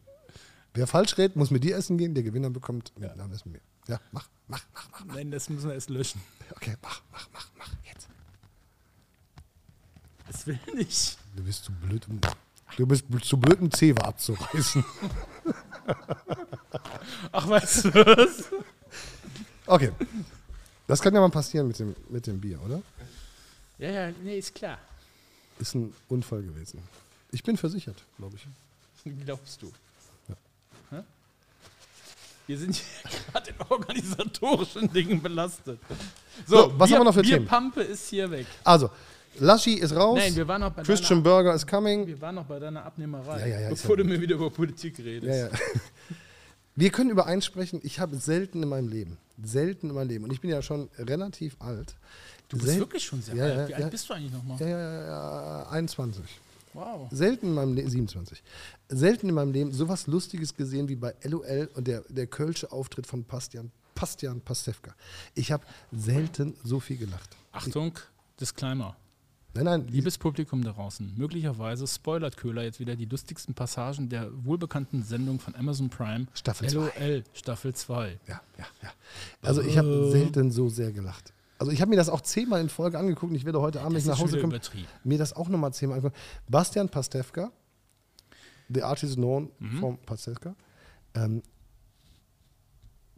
S2: Wer falsch rät, muss mit dir essen gehen, der Gewinner bekommt mit ein Abendessen mit mir. Ja, mach, mach, mach, mach, mach.
S1: Nein, das müssen wir erst löschen.
S2: Okay, mach, mach, mach, mach. Jetzt.
S1: Das will ich nicht.
S2: Du bist zu blöd, um, du bist bl- zu blöd, um Zewa abzureißen.
S1: Ach, weißt du was?
S2: Okay. Das kann ja mal passieren mit dem, mit dem Bier, oder?
S1: Ja, ja, nee, ist klar.
S2: Ist ein Unfall gewesen. Ich bin versichert, glaube ich.
S1: Glaubst du? Hä? Wir sind hier gerade in organisatorischen Dingen belastet.
S2: So, was haben wir noch für Themen?
S1: Bierpampe ist hier weg.
S2: Also, Laschi ist raus.
S1: Nein, wir waren noch bei
S2: Christian
S1: deiner,
S2: Burger is coming.
S1: wir waren noch bei deiner Abnehmerei,
S2: Ja, ja, ja, ist
S1: bevor
S2: ja
S1: du mir wieder über Politik redest.
S2: Ja, ja. Wir können über eins sprechen. Ich habe selten in meinem Leben, selten in meinem Leben, und ich bin ja schon relativ alt.
S1: Du bist wirklich schon sehr
S2: ja,
S1: alt.
S2: ja,
S1: Wie
S2: ja.
S1: alt bist du eigentlich nochmal?
S2: Ja, ja, ja, 21.
S1: Wow.
S2: Selten in meinem Leben, 27. Selten in meinem Leben sowas Lustiges gesehen wie bei LOL und der, der Kölsche Auftritt von Bastian, Bastian Pastewka. Ich habe selten so viel gelacht.
S1: Achtung, Disclaimer.
S2: Nein, nein,
S1: Liebes Publikum da draußen, möglicherweise spoilert Köhler jetzt wieder die lustigsten Passagen der wohlbekannten Sendung von Amazon Prime.
S2: Staffel zwei.
S1: LOL, Staffel 2.
S2: Ja, ja, ja. Also ich
S1: Oh.
S2: habe selten so sehr gelacht. Also ich habe mir das auch zehnmal in Folge angeguckt und ich werde heute Abend,
S1: Das
S2: wenn ich nach
S1: ist
S2: Hause
S1: wieder
S2: komme,
S1: übertrieben.
S2: mir das auch nochmal zehnmal angucken. Bastian Pastewka, The Artist Known
S1: Mhm.
S2: from Pastewka, ähm,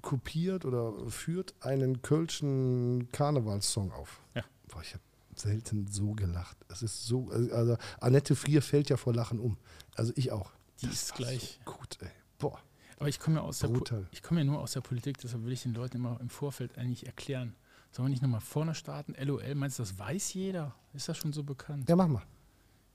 S2: kopiert oder führt einen kölschen Karnevalssong auf.
S1: Ja.
S2: Boah, ich habe selten so gelacht. Es ist so, also Annette Frier fällt ja vor Lachen um. Also ich auch.
S1: Die ist
S2: war
S1: gleich.
S2: So gut, ey. Boah.
S1: Aber ich komme ja aus der Po-
S2: Brutal.
S1: ich komme ja nur aus der Politik, deshalb will ich den Leuten immer im Vorfeld eigentlich erklären. Sollen wir nicht nochmal vorne starten? LOL, meinst du, das weiß jeder? Ist das schon so bekannt?
S2: Ja, mach mal.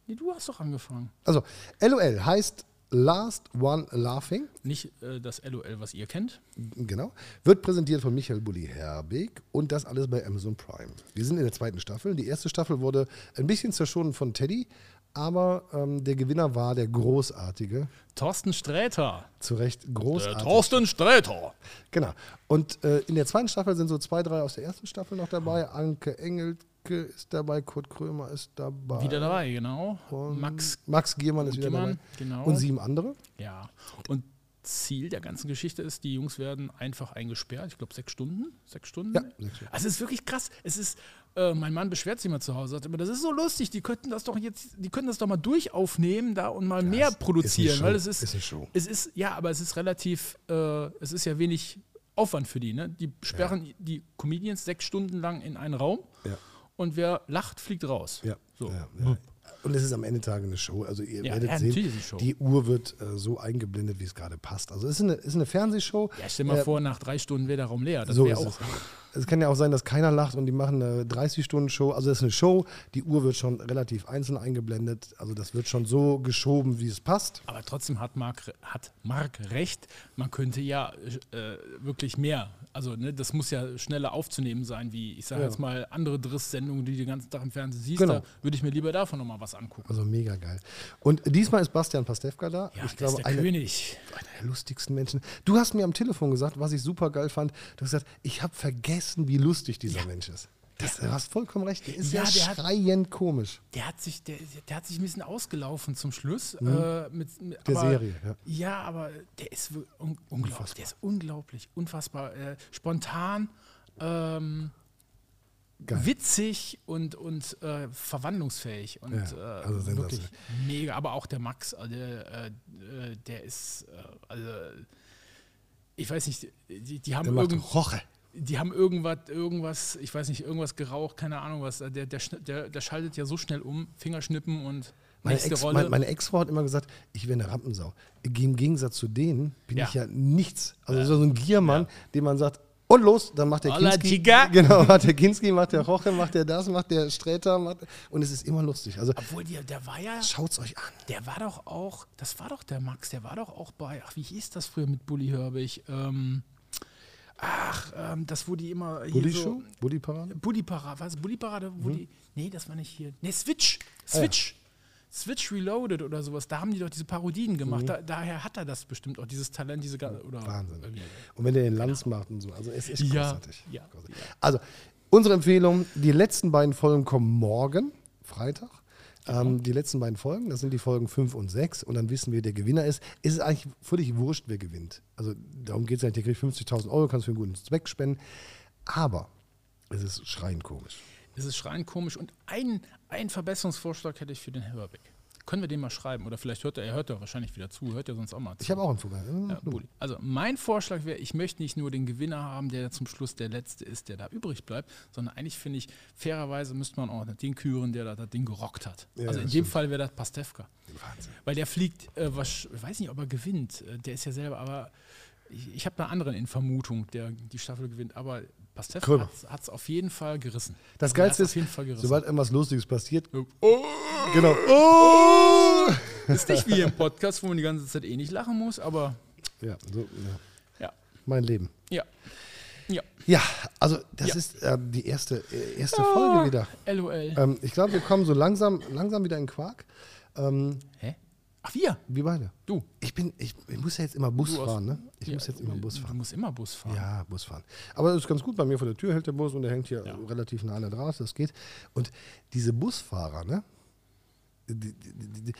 S1: Nee, du hast doch angefangen.
S2: Also, LOL heißt Last One Laughing,
S1: Nicht äh, das LOL, was ihr kennt.
S2: genau. Wird präsentiert von Michael Bulli Herbig und das alles bei Amazon Prime. Wir sind in der zweiten Staffel. Die erste Staffel wurde ein bisschen zerschonen von Teddy, aber ähm, der Gewinner war der großartige,
S1: Thorsten Sträter.
S2: zu Recht großartige.
S1: Äh, Thorsten Sträter.
S2: Genau. Und äh, in der zweiten Staffel sind so zwei, drei aus der ersten Staffel noch dabei. Anke Engelke ist dabei, Kurt Krömer ist dabei.
S1: Wieder dabei, genau.
S2: Und
S1: Max
S2: Max Giermann ist wieder
S1: Giermann,
S2: dabei.
S1: genau.
S2: Und sieben andere.
S1: Ja, und Ziel der ganzen Geschichte ist, die Jungs werden einfach eingesperrt. Ich glaube, sechs Stunden. Sechs Stunden.
S2: Ja, sechs Stunden.
S1: Also es ist wirklich krass. Es ist, äh, mein Mann beschwert sich immer zu Hause, sagt immer, das ist so lustig, die könnten das doch jetzt, die können das doch mal durchaufnehmen da und mal mehr
S2: ist- ist eine
S1: produzieren.
S2: Show,
S1: weil es ist,
S2: ist eine Show.
S1: es ist, ja, aber es ist relativ, äh, es ist ja wenig Aufwand für die. Ne? Die sperren die Comedians sechs Stunden lang in einen Raum
S2: Ja.
S1: und wer lacht, fliegt raus.
S2: Ja.
S1: So. Hm.
S2: ja, ja. Und es ist am Ende des Tages eine Show. Also ihr
S1: Ja,
S2: werdet
S1: ja, natürlich
S2: sehen,
S1: ist es eine Show.
S2: die Uhr wird äh, so eingeblendet, wie es gerade passt. Also es ist eine, ist eine Fernsehshow.
S1: Ja, stell mal
S2: Äh,
S1: vor, nach drei Stunden wäre der Raum leer. Das
S2: so
S1: wäre
S2: ist
S1: auch.
S2: es. Es kann ja auch sein, dass keiner lacht und die machen eine 30-Stunden-Show. Also es ist eine Show. Die Uhr wird schon relativ einzeln eingeblendet. Also das wird schon so geschoben, wie es passt.
S1: Aber trotzdem hat Marc, re- hat Marc recht, man könnte ja äh, wirklich mehr. Also ne, das muss ja schneller aufzunehmen sein, wie ich sage
S2: Ja.
S1: jetzt mal andere Driss-Sendungen, die du den ganzen Tag im Fernsehen siehst.
S2: Genau.
S1: Da würde ich mir lieber davon nochmal was angucken.
S2: Also mega geil. Und diesmal ist Bastian Pastewka da.
S1: Ja,
S2: ich
S1: das
S2: glaube,
S1: ist der
S2: eine,
S1: König.
S2: einer der lustigsten Menschen. Du hast mir am Telefon gesagt, was ich super geil fand. Du hast gesagt, ich habe vergessen, wie lustig dieser Mensch ist. Das, du hast vollkommen recht. Der ist ja,
S1: Ja, der hat-
S2: schreiend komisch.
S1: Der hat sich, der, der hat sich ein bisschen ausgelaufen zum Schluss. Äh, mit, mit,
S2: Mhm. Der
S1: aber,
S2: Serie, ja.
S1: Ja, aber der ist wir- un, unglaublich. Der ist unglaublich, unfassbar. Äh, spontan, ähm,
S2: Geil.
S1: witzig und, und äh, verwandlungsfähig. Und
S2: Ja,
S1: äh,
S2: also sensationell.
S1: wirklich mega. Aber auch der Max, äh, der, äh, der ist, äh, also, ich weiß nicht, die, die haben
S2: Der macht
S1: irgend-
S2: Roche.
S1: die haben irgendwas, irgendwas, ich weiß nicht, irgendwas geraucht, keine Ahnung was. Der, der, schn- der, der schaltet ja so schnell um, Fingerschnippen und
S2: Meine
S1: nächste
S2: Ex,
S1: Rolle.
S2: meine, meine Ex-Frau hat immer gesagt, ich wäre eine Rampensau. Im Gegensatz zu denen bin
S1: Ja.
S2: ich ja nichts. Also so ein Giermann, dem man sagt, und los, dann macht der
S1: Hola,
S2: Kinski.
S1: Chica.
S2: Genau, macht der Kinski, macht der Roche, macht der das, macht der Sträter. Macht, und es ist immer lustig. Also
S1: Obwohl, der, der war ja,
S2: schaut's euch an.
S1: der war doch auch, das war doch der Max, der war doch auch bei, ach, wie hieß das früher mit Bully Herbig? Ähm, ach, ähm, das, wo die immer hier
S2: Bulli Mhm.
S1: so...
S2: Show? Bulli Parade?
S1: Bully Parade, was? Bully Parade, wo die. Nee, das war nicht hier. Nee, Switch.
S2: Ah,
S1: Switch. Switch Reloaded oder sowas. Da haben die doch diese Parodien gemacht. Da, daher hat er das bestimmt auch, dieses Talent, diese. ga- Oder
S2: Mhm. Wahnsinn. Und wenn der den Lanz macht und so. Also es ist
S1: Ja,
S2: großartig.
S1: ja,
S2: großartig. Also, unsere Empfehlung, die letzten beiden Folgen kommen morgen, Freitag. Ähm, die letzten beiden Folgen, das sind die Folgen 5 und 6 und dann wissen wir, der Gewinner ist. Ist es eigentlich völlig wurscht, wer gewinnt. Also darum geht es nicht, der kriegt 50.000 Euro, kannst für einen guten Zweck spenden. Aber es ist schreiend komisch.
S1: Es ist schreien komisch. Und einen, einen Verbesserungsvorschlag hätte ich für den Herbeck. Können wir den mal schreiben? Oder vielleicht hört er, er hört ja wahrscheinlich wieder zu, hört ja sonst auch mal zu.
S2: Ich habe auch einen Vorgang.
S1: Ja, Bulli. Also mein Vorschlag wäre, ich möchte nicht nur den Gewinner haben, der zum Schluss der Letzte ist, der da übrig bleibt, sondern eigentlich finde ich, fairerweise müsste man auch den küren, der da das Ding gerockt hat.
S2: Ja,
S1: also in
S2: das
S1: dem Fall wäre das Pastewka.
S2: Wahnsinn.
S1: Weil der fliegt, äh, wasch- ich weiß nicht, ob er gewinnt. Äh, Der ist ja selber, aber ich, ich habe eine andere in Vermutung, der die Staffel gewinnt. Aber
S2: Krömer.
S1: Pastewka hat es auf jeden Fall gerissen. Also,
S2: Das
S1: Der
S2: Geilste
S1: hat's
S2: ist,
S1: auf jeden Fall gerissen.
S2: sobald irgendwas Lustiges passiert,
S1: oh,
S2: genau. Oh!
S1: ist nicht wie hier im Podcast, wo man die ganze Zeit eh nicht lachen muss, aber
S2: Ja, so, ja.
S1: ja.
S2: mein Leben.
S1: Ja. Ja.
S2: Ja, also das
S1: Ja.
S2: ist ähm, die erste, äh, erste Folge wieder.
S1: LOL.
S2: Ähm, ich glaube, wir kommen so langsam, langsam wieder in Quark. Ähm,
S1: Hä? Ach, wir?
S2: wir beide.
S1: Du.
S2: Ich bin, ich, ich muss ja jetzt immer Bus
S1: Du hast-
S2: fahren, ne? Ich
S1: Ja,
S2: muss jetzt immer Bus
S1: Du
S2: fahren.
S1: musst immer Bus fahren.
S2: Ja, Bus fahren. Aber das ist ganz gut. Bei mir vor der Tür hält der Bus und der hängt hier relativ nah an der Straße. Das geht. Und diese Busfahrer, ne? Die, die, die, die,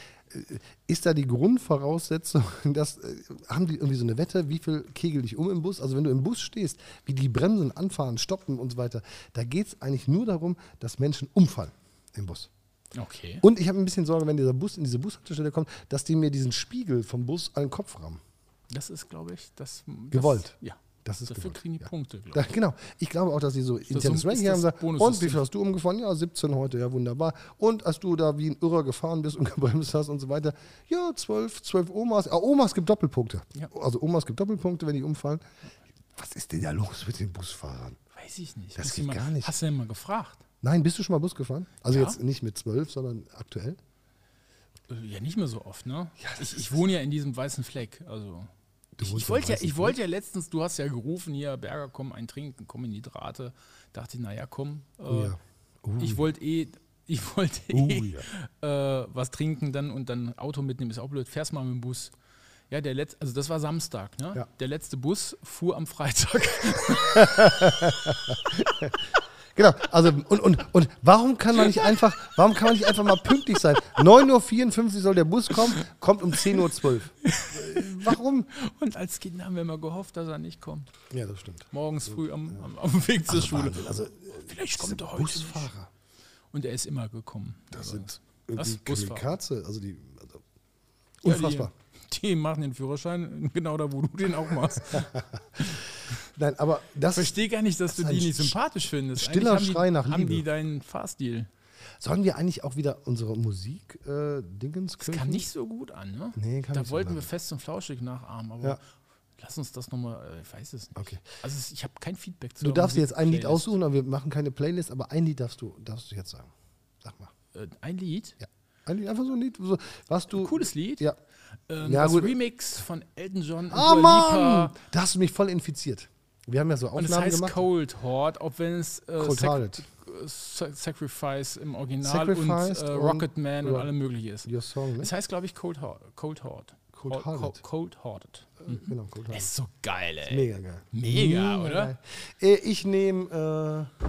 S2: äh, ist da die Grundvoraussetzung, dass äh, haben die irgendwie so eine Wette, wie viel kegel dich um im Bus? Also wenn du im Bus stehst, wie die bremsen, anfahren, stoppen und so weiter, da geht es eigentlich nur darum, dass Menschen umfallen im Bus.
S1: Okay.
S2: Und ich habe ein bisschen Sorge, wenn dieser Bus in diese Bushaltestelle kommt, dass die mir diesen Spiegel vom Bus an den Kopf rammen.
S1: Das ist, glaube ich, das, das.
S2: Gewollt.
S1: Ja.
S2: Das ist
S1: Dafür
S2: gewollt,
S1: kriegen die
S2: ja.
S1: Punkte, glaube
S2: Da, genau. Ich glaube auch, dass sie so internes
S1: so ein-
S2: Ranking
S1: ist das
S2: haben. Sagen, und wie
S1: Bonussystem?
S2: viel hast du umgefahren? Ja, 17 heute. Ja, wunderbar. Und als du da wie ein Irrer gefahren bist und gebremst hast und so weiter. Ja, 12, 12 Omas. Ah, Omas gibt Doppelpunkte.
S1: Ja.
S2: Also Omas gibt Doppelpunkte, wenn die umfallen. Was ist denn da los mit den Busfahrern?
S1: Weiß ich nicht.
S2: Das
S1: Hast du
S2: geht
S1: mal,
S2: gar nicht.
S1: Hast du denn mal gefragt?
S2: Nein, bist du schon mal Bus gefahren? Also
S1: Ja.
S2: jetzt nicht mit 12, sondern aktuell?
S1: Äh, Ja, nicht mehr so oft, ne? ich, ich wohne ja in diesem weißen Fleck. Also.
S2: Du
S1: Ich,
S2: wohnst
S1: ich wollte
S2: im
S1: ja,
S2: weißen
S1: ich wollte ja letztens, du hast ja gerufen, hier, Berger, komm, ein Trinken, komm in die Drahte. Dachte ich, naja, komm. Äh,
S2: Oh ja. Oh
S1: ich
S2: ja.
S1: wollte eh, ich wollte
S2: Oh
S1: eh äh, was trinken dann und dann Auto mitnehmen, ist auch blöd. Fährst mal mit dem Bus. Ja, der letzte, also das war Samstag, ne?
S2: Ja.
S1: Der letzte Bus fuhr am Freitag.
S2: Genau, also und, und, und warum kann man nicht einfach, warum kann man nicht einfach mal pünktlich sein? 9.54 Uhr soll der Bus kommen, kommt um 10.12 Uhr. Warum?
S1: Und als Kinder haben wir immer gehofft, dass er nicht kommt.
S2: Ja, das stimmt.
S1: Morgens früh am, am, am Weg zur Schule. Oh,
S2: Wahnsinn, also
S1: Vielleicht kommt er heute. Nicht.
S2: Busfahrer,
S1: Und er ist immer gekommen. Also,
S2: das sind
S1: Was?
S2: irgendwie
S1: Busfahrer?
S2: Kamikaze, also die also,
S1: Ja,
S2: unfassbar.
S1: Die, die machen den Führerschein genau da, wo du den auch machst.
S2: Nein, aber das
S1: Verstehe gar nicht, dass du
S2: ist
S1: die
S2: ein
S1: nicht
S2: st-
S1: sympathisch findest. Eigentlich
S2: stiller
S1: haben die,
S2: Schrei nach
S1: Haben
S2: Liebe.
S1: die deinen Fahrstil?
S2: sollen wir eigentlich auch wieder unsere Musik äh, Dingens
S1: Das kam nicht so gut an, ne?
S2: Nee, kam
S1: da
S2: nicht so
S1: wollten
S2: gut
S1: wir
S2: an.
S1: fest und flauschig nachahmen, aber
S2: Ja.
S1: lass uns das nochmal, ich weiß es nicht.
S2: Okay.
S1: Also es- ich habe kein Feedback zu
S2: Du
S1: der
S2: darfst dir jetzt ein Lied
S1: Musik-Playlist.
S2: aussuchen, aber wir machen keine Playlist, aber ein Lied darfst du darfst du jetzt sagen. Sag mal.
S1: Äh, ein Lied?
S2: Ja. Ein Lied, einfach so ein Lied, so, was du
S1: Cooles Lied.
S2: Ja.
S1: Ähm,
S2: Ja,
S1: das
S2: gut.
S1: Remix von Elton John und
S2: Ah,
S1: Dua Lipa.
S2: Mann! Da hast du mich voll infiziert. Wir haben ja so
S1: Und
S2: Aufnahmen
S1: es heißt
S2: gemacht.
S1: Cold Horde, ob wenn es äh,
S2: Cold
S1: Sac
S2: Hearted.
S1: äh, Sa- Sacrifice im Original
S2: Sacrificed
S1: und äh,
S2: und-
S1: Rocket Man und
S2: ja.
S1: alle mögliche ist.
S2: Your Song, ne?
S1: Es heißt, glaube ich, Cold, Hor Cold Horde.
S2: Cold
S1: Hor-
S2: Hearted.
S1: Co- Cold Hearted.
S2: Genau, Cold Hearted.
S1: Ist so geil, ey.
S2: Mega geil.
S1: Mega, oder?
S2: geil. Äh, Ich nehme. Äh,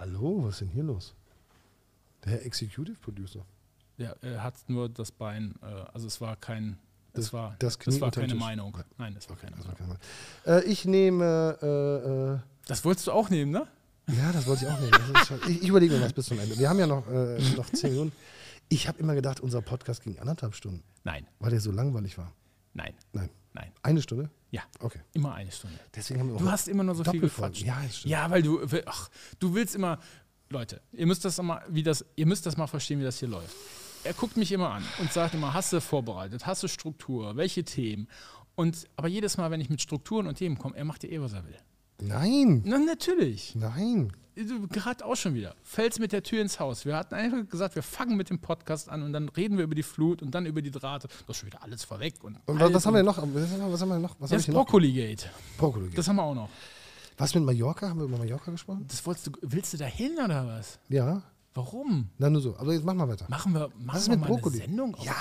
S2: Hallo, was ist denn hier los? Der Herr Executive Producer.
S1: Ja, er äh, hat nur das Bein, äh, also es war kein,
S2: Das-
S1: es war, das
S2: das Knie
S1: war
S2: unter den
S1: keine
S2: Tisch.
S1: Meinung. Nein, das war keine Meinung.
S2: Äh, ich nehme. Äh, äh,
S1: Das wolltest du auch nehmen, ne?
S2: Ja, das wollte ich auch nehmen. Das ist schon, ich ich überlege mir was bis zum Ende. Wir haben ja noch, äh, noch zehn Minuten. Ich habe immer gedacht, unser Podcast ging anderthalb Stunden,
S1: Nein,
S2: weil der so langweilig war.
S1: nein,
S2: Nein,
S1: nein.
S2: eine Stunde?
S1: Ja,
S2: Okay.
S1: immer eine Stunde.
S2: Deswegen haben wir auch
S1: Du hast immer nur so viel
S2: Doppelfolgen.
S1: gequatscht.
S2: Ja, das stimmt.
S1: ja, weil du, will- ach, du willst immer, Leute, ihr müsst das mal, wie das, ihr müsst das mal verstehen, wie das hier läuft. Er guckt mich immer an und sagt immer, hast du vorbereitet, hast du Struktur, welche Themen? Und aber jedes Mal, wenn ich mit Strukturen und Themen komme, er macht dir eh, was er will.
S2: Nein,
S1: Na natürlich.
S2: nein.
S1: Du, Gerade auch schon wieder. Fällst mit der Tür ins Haus. Wir hatten einfach gesagt, wir fangen mit dem Podcast an und dann reden wir über die Flut und dann über die Drahte. Das ist schon wieder alles vorweg. Und,
S2: Und was,
S1: alles
S2: was haben wir
S1: und-
S2: denn noch? Was haben wir- was haben wir denn noch? Was habe ich
S1: Das
S2: denn noch?
S1: Broccoli-Gate.
S2: Brokkoli.
S1: Das haben wir auch noch.
S2: Was mit Mallorca? Haben wir über Mallorca gesprochen?
S1: Das wolltest du, willst du da hin oder was?
S2: Ja.
S1: Warum?
S2: Na nur so. Aber jetzt machen wir weiter.
S1: Machen wir, machen
S2: ist
S1: wir
S2: mit
S1: mal
S2: Brokkoli?
S1: eine Sendung auf
S2: Ja.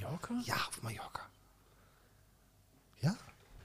S1: Mallorca?
S2: Ja, auf Mallorca. Ja?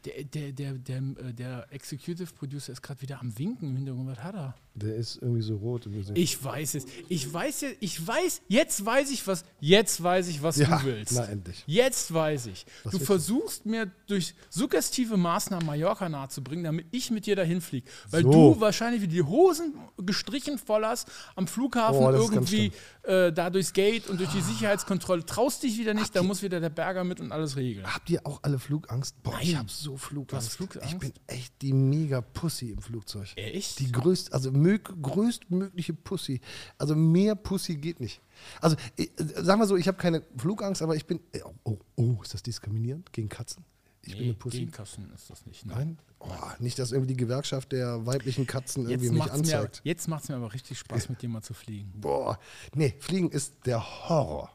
S1: Der, der, der, der, äh, der Executive Producer ist gerade wieder am Winken im Hintergrund. Was hat er?
S2: Der ist irgendwie so rot im Gesicht.
S1: Ich weiß es. Ich weiß jetzt, ich weiß, jetzt weiß ich was, jetzt weiß ich, was
S2: Ja,
S1: du willst.
S2: na endlich.
S1: Jetzt weiß ich.
S2: Was
S1: du
S2: willst du?
S1: versuchst mir durch suggestive Maßnahmen Mallorca nahezubringen, damit ich mit dir dahin fliege. Weil
S2: So.
S1: du wahrscheinlich wie die Hosen gestrichen voll hast, am Flughafen
S2: Oh, das ist ganz
S1: irgendwie äh, da durchs Gate und durch die Sicherheitskontrolle traust dich wieder nicht, da muss wieder der Berger mit und alles regeln.
S2: Habt ihr auch alle Flugangst? Boah, ich
S1: Nein.
S2: hab so Flugangst.
S1: Flugangst?
S2: Ich bin echt die mega Pussy im Flugzeug.
S1: Echt?
S2: Die größt, also mög, größtmögliche Pussy. Also mehr Pussy geht nicht. Also ich, äh, sagen wir so, ich habe keine Flugangst, aber ich bin. äh, Oh, oh, ist das diskriminierend gegen Katzen? Ich bin eine Pussy.
S1: gegen Kassen ist das nicht. ne?
S2: Nein? Oh, nicht, dass irgendwie die Gewerkschaft der weiblichen Katzen irgendwie
S1: Jetzt
S2: mich
S1: macht es mir,
S2: anzeigt.
S1: jetzt macht's mir aber richtig Spaß, mit dir mal zu fliegen.
S2: Boah, nee, Fliegen ist der Horror.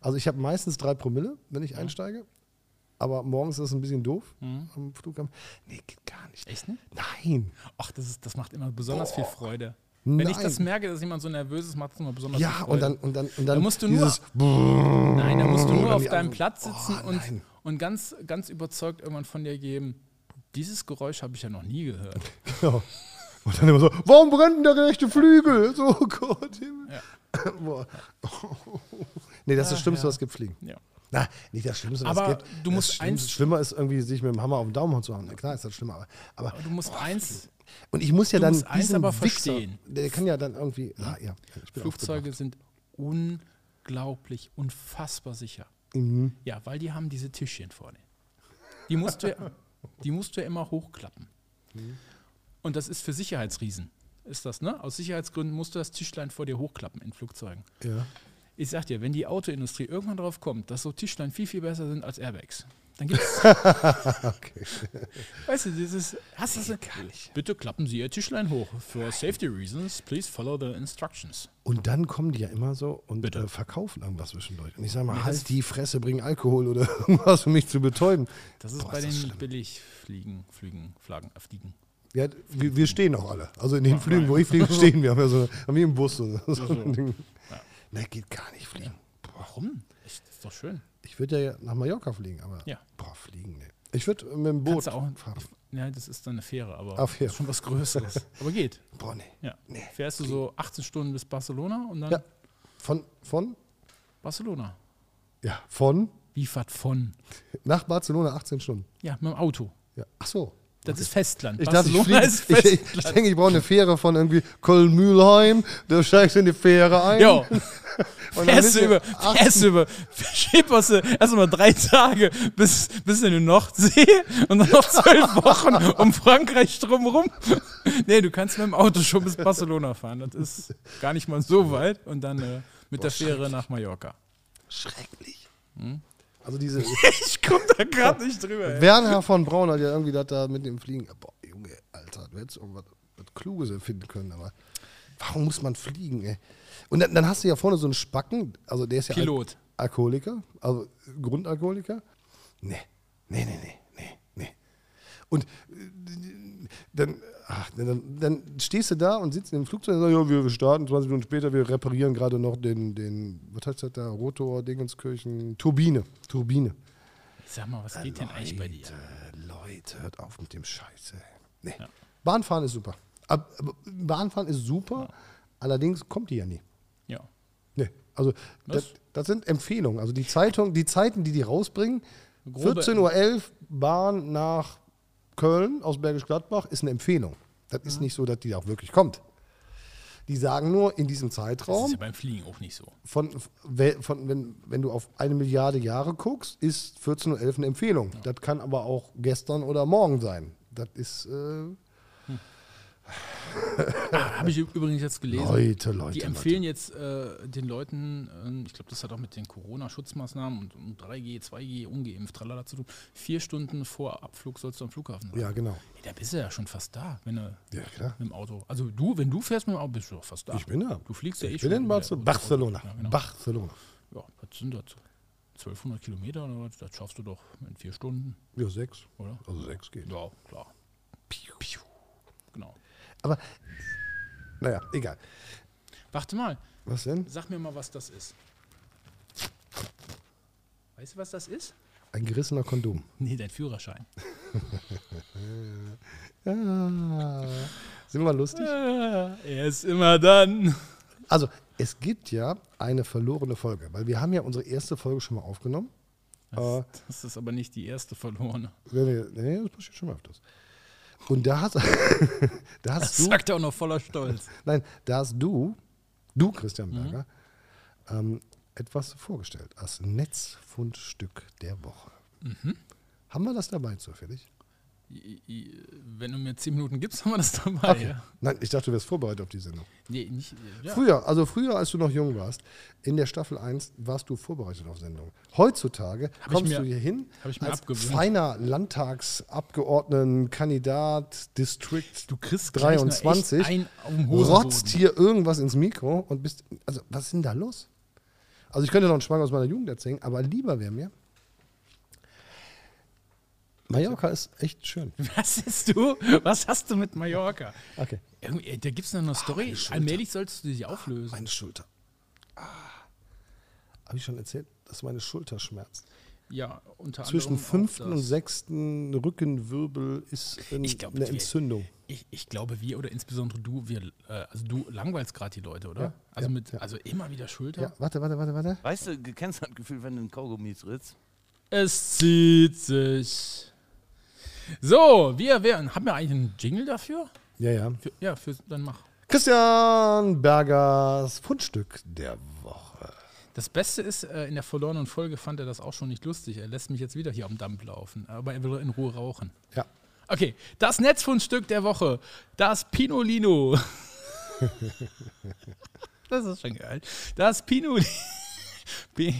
S2: Also ich habe meistens drei Promille, wenn
S1: Mhm.
S2: ich einsteige. Aber morgens ist es ein bisschen doof am Flughafen. Nee, geht gar nicht.
S1: Echt nicht?
S2: Nein.
S1: Ach, das, ist, das macht immer besonders viel Freude.
S2: Nein.
S1: Wenn ich das merke, dass jemand so nervös ist, macht es immer besonders viel
S2: Ja,
S1: Freude.
S2: und dann, und dann, und dann
S1: Da musst du nur-
S2: dieses
S1: Nein, da musst du
S2: Dann
S1: nur auf
S2: die
S1: deinem
S2: Augen-
S1: Platz sitzen
S2: Oh, nein.
S1: und, und ganz, ganz überzeugt irgendwann von dir geben. Dieses Geräusch habe ich ja noch nie gehört.
S2: Ja. Genau. Und dann immer so, warum brennt denn der rechte Flügel? So, oh Gott. Himmel. Boah. Nee, das ist das Schlimmste, was es gibt, Fliegen.
S1: Ah, Ja.
S2: Na, nicht das Schlimmste, was
S1: Aber
S2: es gibt.
S1: du musst
S2: das Schlimmste,
S1: eins-
S2: Schlimmer ist irgendwie, sich mit dem Hammer auf den Daumen zu haben. Na klar ist das schlimmer. Aber, aber,
S1: Aber du musst eins,
S2: Und ich muss ja
S1: Du
S2: dann
S1: musst eins
S2: diesen
S1: aber
S2: Wichser,
S1: verstehen.
S2: Der kann ja dann irgendwie. ah, Ja, ja, ich bin
S1: Flugzeuge sind unglaublich, unfassbar sicher.
S2: Mhm.
S1: Ja, weil die haben diese Tischchen vorne. Die musst du, ja- die musst du ja immer hochklappen.
S2: Mhm.
S1: Und das ist für Sicherheitsriesen. Ist das, ne? Aus Sicherheitsgründen musst du das Tischlein vor dir hochklappen in Flugzeugen.
S2: aufgebracht. Ja.
S1: Ich sag dir, wenn die Autoindustrie irgendwann drauf kommt, dass so Tischlein viel, viel besser sind als Airbags, dann gibt's.
S2: Okay.
S1: weißt du, dieses. Hast du das Bitte klappen Sie Ihr Tischlein hoch. For safety reasons, please follow the instructions.
S2: Und dann kommen die ja immer so und
S1: Bitte.
S2: äh, verkaufen irgendwas zwischendurch. Und ich sage mal, halt die Fresse, bring Alkohol oder irgendwas, um mich zu betäuben.
S1: Das ist
S2: Boah,
S1: bei
S2: ist das
S1: den
S2: schlimm.
S1: Billigfliegen, Flügen, Flaggen, äh, Fliegen.
S2: Ja, wir, wir stehen auch alle. Also in den Flügen, wo ich fliege, stehen wir. Haben ja so, haben wir im Bus so, so ein Ding. Ne, geht gar nicht fliegen.
S1: Warum? Ist, ist doch schön.
S2: Ich würde ja nach Mallorca fliegen, aber
S1: Ja.
S2: boah, fliegen, ne. Ich würde mit dem Boot
S1: Kannst du auch.
S2: fahren.
S1: Ja, das ist dann eine Fähre, aber
S2: Ah, Fähre.
S1: ist schon was Größeres. aber geht.
S2: Boah, nee.
S1: Ja. Fährst du so 18 Stunden bis Barcelona und dann
S2: Ja. Von, von,
S1: Barcelona.
S2: ja, von
S1: Wie fahrt von?
S2: nach Barcelona 18 Stunden.
S1: Ja, mit dem Auto.
S2: Ja. Ach so.
S1: Das ist Festland.
S2: Ich dachte, ich,
S1: Barcelona
S2: fliege,
S1: ist
S2: ich,
S1: Festland.
S2: ich, ich denke, ich brauche eine Fähre von irgendwie Köln-Mühlheim. Da steigst du in die Fähre ein.
S1: Jo.
S2: Und dann
S1: Fährst
S2: bist
S1: du
S2: du
S1: über,
S2: acht-
S1: fährst du über, schipperst du erstmal drei Tage bis, bis in den Nordsee und dann noch zwölf Wochen um Frankreich drumherum. Nee, du kannst mit dem Auto schon bis Barcelona fahren. Das ist gar nicht mal so weit. Und dann äh, mit der Fähre nach Mallorca.
S2: Schrecklich.
S1: Hm?
S2: Also diese
S1: Ich komm da gerade nicht drüber. Ey.
S2: Werner von Braun hat ja irgendwie das da mit dem Fliegen. Boah, Junge, Alter, du hättest irgendwas was Kluges erfinden können, aber warum muss man fliegen, ey? Und dann, dann hast du ja vorne so einen Spacken, also der ist ja Al-
S1: Pilot.
S2: Alkoholiker, also Grundalkoholiker. Nee, nee, nee, nee, nee, nee. Und äh, dann, ach, dann, dann stehst du da und sitzt in dem Flugzeug und sagst, ja, wir wir starten 20 Minuten später, wir reparieren gerade noch den, den, was heißt das da, Rotor, Dingenskirchen, Turbine, Turbine.
S1: Sag mal, was geht denn eigentlich bei dir?
S2: Leute, Leute, hört auf mit dem Scheiße. ey. Nee. Bahnfahren ist super. Ab- aber Bahnfahren ist super, Allerdings kommt die ja nie.
S1: Ja.
S2: Nee. Also
S1: Was?
S2: das, das sind Empfehlungen. Also die Zeitung, die Zeiten, die die rausbringen,
S1: Grobe-
S2: 14.11 Uhr Bahn nach Köln aus Bergisch Gladbach ist eine Empfehlung. Das ist
S1: Mhm.
S2: nicht so, dass die auch wirklich kommt. Die sagen nur, in diesem
S1: Das ist
S2: Zeitraum,
S1: ja beim Fliegen auch nicht so.
S2: von, von, wenn, wenn du auf eine Milliarde Jahre guckst, ist 14.11 Uhr eine Empfehlung. Das kann aber auch gestern oder morgen sein. Das ist, äh,
S1: Ah, Habe ich übrigens jetzt gelesen.
S2: Leute, Leute,
S1: Die empfehlen jetzt äh, den Leuten, ähm, ich glaube, das hat auch mit den Corona-Schutzmaßnahmen und, und 3G, 2G, ungeimpft, tralala zu tun. Vier Stunden vor Abflug sollst du am Flughafen sein.
S2: ja genau.
S1: Ey, da bist du ja schon fast da, wenn du
S2: Ja, klar.
S1: mit dem Auto. Also du, wenn du fährst mit dem Auto, bist du doch fast da.
S2: Ich bin da.
S1: Du fliegst ja eh
S2: ich
S1: schon.
S2: bin in
S1: über-
S2: Barcelona.
S1: über-
S2: Barcelona.
S1: Ja, genau.
S2: Barcelona.
S1: ja, was sind das? 1200 Kilometer oder was? Das schaffst du doch in vier Stunden,
S2: Ja, sechs.
S1: oder?
S2: Also sechs geht.
S1: Ja, klar. Piu, piu. Genau.
S2: Aber, naja, egal.
S1: Warte mal,
S2: Was denn?
S1: sag mir mal, was das ist. Weißt du, was das ist?
S2: Ein gerissener Kondom.
S1: Nee, dein Führerschein.
S2: Ah, sind wir lustig?
S1: Ah, Er ist immer dann.
S2: Also, es gibt ja eine verlorene Folge, weil wir haben ja unsere erste Folge schon mal aufgenommen. Äh,
S1: Das, das ist aber nicht die erste verlorene.
S2: nee, nee, nee, das passiert schon mal öfters. Und da hast, da
S1: Das
S2: hast du,
S1: sagt er auch noch voller Stolz.
S2: nein, da hast du, du Christian Berger, ähm, etwas vorgestellt als Netzfundstück der Woche. Haben wir das dabei zufällig?
S1: I- i- Wenn du mir zehn Minuten gibst, haben wir das dabei.
S2: Okay.
S1: Ja.
S2: Nein, ich dachte, du wärst vorbereitet auf die Sendung.
S1: Nee, nicht. Ja.
S2: Früher, also früher, als du noch jung warst, in der Staffel 1 warst du vorbereitet auf Sendungen. Heutzutage
S1: ich
S2: kommst
S1: mir-
S2: du hier hin
S1: hab ich mir
S2: als
S1: abgewöhnt.
S2: feiner Landtagsabgeordnetenkandidat, District
S1: Du kriegst gleich noch echt
S2: 23,
S1: ein auf den Hosenboden.
S2: rotzt hier irgendwas ins Mikro und bist, also was ist denn da los? Also ich könnte noch einen Schwang aus meiner Jugend erzählen, aber lieber wäre mir, Mallorca ist echt schön.
S1: Was ist du? Was hast du mit Mallorca?
S2: Okay.
S1: Irgendwie, äh, Da gibt es eine Story.
S2: meine Schulter.
S1: Allmählich solltest du dich auflösen.
S2: Meine Schulter. Ah. Habe ich schon erzählt, dass meine Schulter schmerzt?
S1: Ja, unter
S2: Zwischen
S1: anderem auch
S2: fünften
S1: das.
S2: und sechsten Rückenwirbel ist ein,
S1: Ich glaub,
S2: eine
S1: wir-
S2: Entzündung.
S1: Ich, ich glaube, wir oder insbesondere du, wir, äh, also du langweilst gerade die Leute, oder?
S2: Ja,
S1: also
S2: ja,
S1: mit,
S2: ja.
S1: also immer wieder Schulter.
S2: Ja, warte, warte, warte, warte.
S4: Weißt du, du kennst das Gefühl, wenn du einen Kaugummi trittst?
S1: Es zieht sich. So, wir wären. Haben wir eigentlich einen Jingle dafür?
S2: Ja, ja.
S1: Für, ja, für, dann mach.
S2: Christian Bergers Fundstück der Woche.
S1: Das Beste ist, äh, in der verlorenen Folge fand er das auch schon nicht lustig. Er lässt mich jetzt wieder hier am Dampf laufen, aber er will in Ruhe rauchen.
S2: Ja.
S1: Okay, das Netzfundstück der Woche. Das Pinolino. das ist schon geil. Das Pinolino.
S2: Die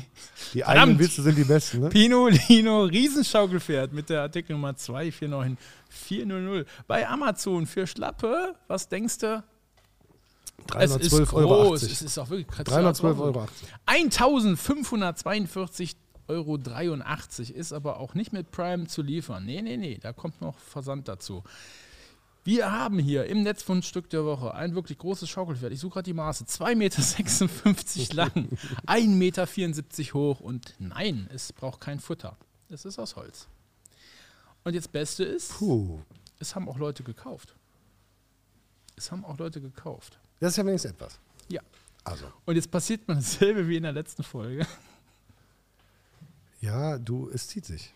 S1: Verdammt.
S2: eigenen Witze sind die besten, ne?
S1: Pinolino Riesenschaukelpferd mit der Artikelnummer 244900 bei Amazon für Schlappe. Was denkst du? Es ist
S2: 312,80
S1: groß.
S2: Euro.
S1: Es ist auch wirklich krass.
S2: 312,80 Euro.
S1: 1542,83 Euro ist aber auch nicht mit Prime zu liefern. Nee, nee, nee, da kommt noch Versand dazu. Wir haben hier im Netzfundstück der Woche ein wirklich großes Schaukelpferd. Ich suche gerade die Maße. 2,56 Meter lang, 1,74 Meter hoch und nein, es braucht kein Futter. Es ist aus Holz. Und jetzt Beste ist,
S2: Puh.
S1: es haben auch Leute gekauft. Es haben auch Leute gekauft.
S2: Das ist ja wenigstens etwas.
S1: Ja.
S2: Also,
S1: Und jetzt passiert mir dasselbe wie in der letzten Folge.
S2: ja, du, es zieht sich.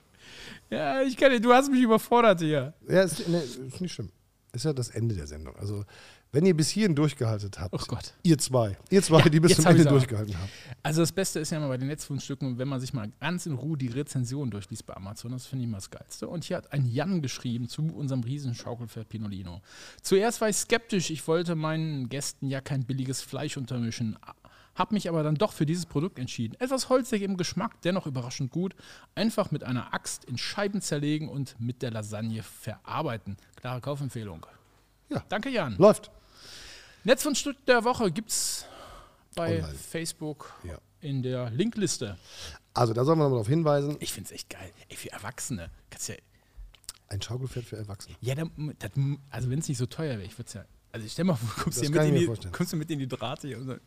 S1: Ja, ich kann nicht, du hast mich überfordert hier.
S2: Ja, ist, ne, ist nicht schlimm. Ist ja das Ende der Sendung. Also, wenn ihr bis hierhin durchgehalten habt,
S1: Oh Gott.
S2: ihr zwei, ihr zwei, die bis
S1: jetzt
S2: zum
S1: hab
S2: Ende
S1: ich's aber.
S2: durchgehalten habt.
S1: Also das Beste ist ja immer bei den Netzfundstücken, wenn man sich mal ganz in Ruhe die Rezension durchliest bei Amazon, das finde ich immer das Geilste. Und hier hat ein Jan geschrieben zu unserem riesen Schaukelpferd Pinolino. Zuerst war ich skeptisch, ich wollte meinen Gästen ja kein billiges Fleisch untermischen. Hab mich aber dann doch für dieses Produkt entschieden. Etwas holzig im Geschmack, dennoch überraschend gut. Einfach mit einer Axt in Scheiben zerlegen und mit der Lasagne verarbeiten. Klare Kaufempfehlung.
S2: Ja.
S1: Danke, Jan.
S2: Läuft.
S1: Netzfundstück der Woche gibt's bei
S2: Online.
S1: Facebook
S2: Ja.
S1: in der Linkliste.
S2: Also, da soll man nochmal darauf hinweisen:
S1: Ich find's echt geil. Ey, für Erwachsene. Kannst ja,
S2: ein Schaukelpferd für Erwachsene.
S1: ja da, das, also wenn es nicht so teuer wäre, ich würde ja. Also ich stell mal vor, kommst, du
S2: Das
S1: hier mit
S2: kann ich mir
S1: in die,
S2: vorstellen.
S1: kommst du mit in die Drahte hier und sagst,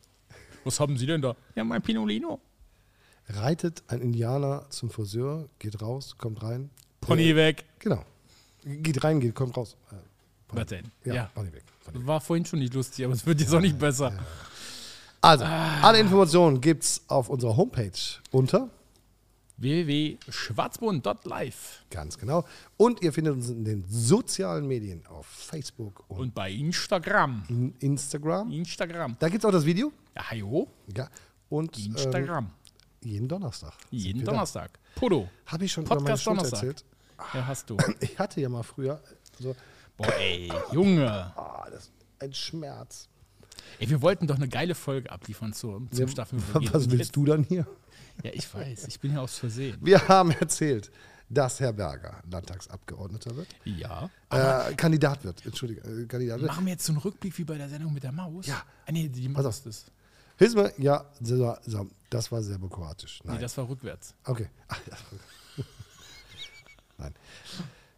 S1: was haben Sie denn da? Ja, mein Pinolino.
S2: Reitet ein Indianer zum Friseur, geht raus, kommt rein.
S1: Pony weg.
S2: Genau. Geht rein, geht, kommt raus. Äh,
S1: Was denn?
S2: Ja,
S1: Ja.
S2: war nicht weg. War nicht weg.
S1: War vorhin schon nicht lustig, aber es wird jetzt auch nicht besser.
S2: Also,
S1: Ah.
S2: alle Informationen gibt's auf unserer Homepage unter.
S1: www.schwarzbund.live
S2: Ganz genau. Und ihr findet uns in den sozialen Medien auf Facebook und,
S1: und bei Instagram.
S2: in Instagram.
S1: Instagram.
S2: Da gibt's auch das Video.
S1: Ja, jo,
S2: Ja. Und ähm,
S1: Instagram.
S2: jeden Donnerstag.
S1: Jeden Donnerstag. Podo.
S2: Habe ich schon über meine
S1: Podcast
S2: Schuld
S1: Donnerstag.
S2: erzählt.
S1: Ja, hast du.
S2: Ich hatte ja mal früher so
S1: Boah, ey, Junge.
S2: ah, das ist ein Schmerz.
S1: Ey, wir wollten doch eine geile Folge abliefern zur, zum Staffelübergehen.
S2: Was willst du dann hier?
S1: Ja, ich weiß. Ich bin ja aus Versehen.
S2: Wir haben erzählt, dass Herr Berger Landtagsabgeordneter wird.
S1: Ja.
S2: Äh, Kandidat wird. Entschuldige, äh, Kandidat wird.
S1: Machen wir jetzt so einen Rückblick wie bei der Sendung mit der Maus?
S2: Ja.
S1: Ah, nee, die
S2: Pass
S1: Maus
S2: auf.
S1: ist.
S2: Hilf mir, ja, Sesa- Sam, das war serbokroatisch.
S1: Nee,
S2: Nein.
S1: das war rückwärts.
S2: okay. Ah, ja. Nein.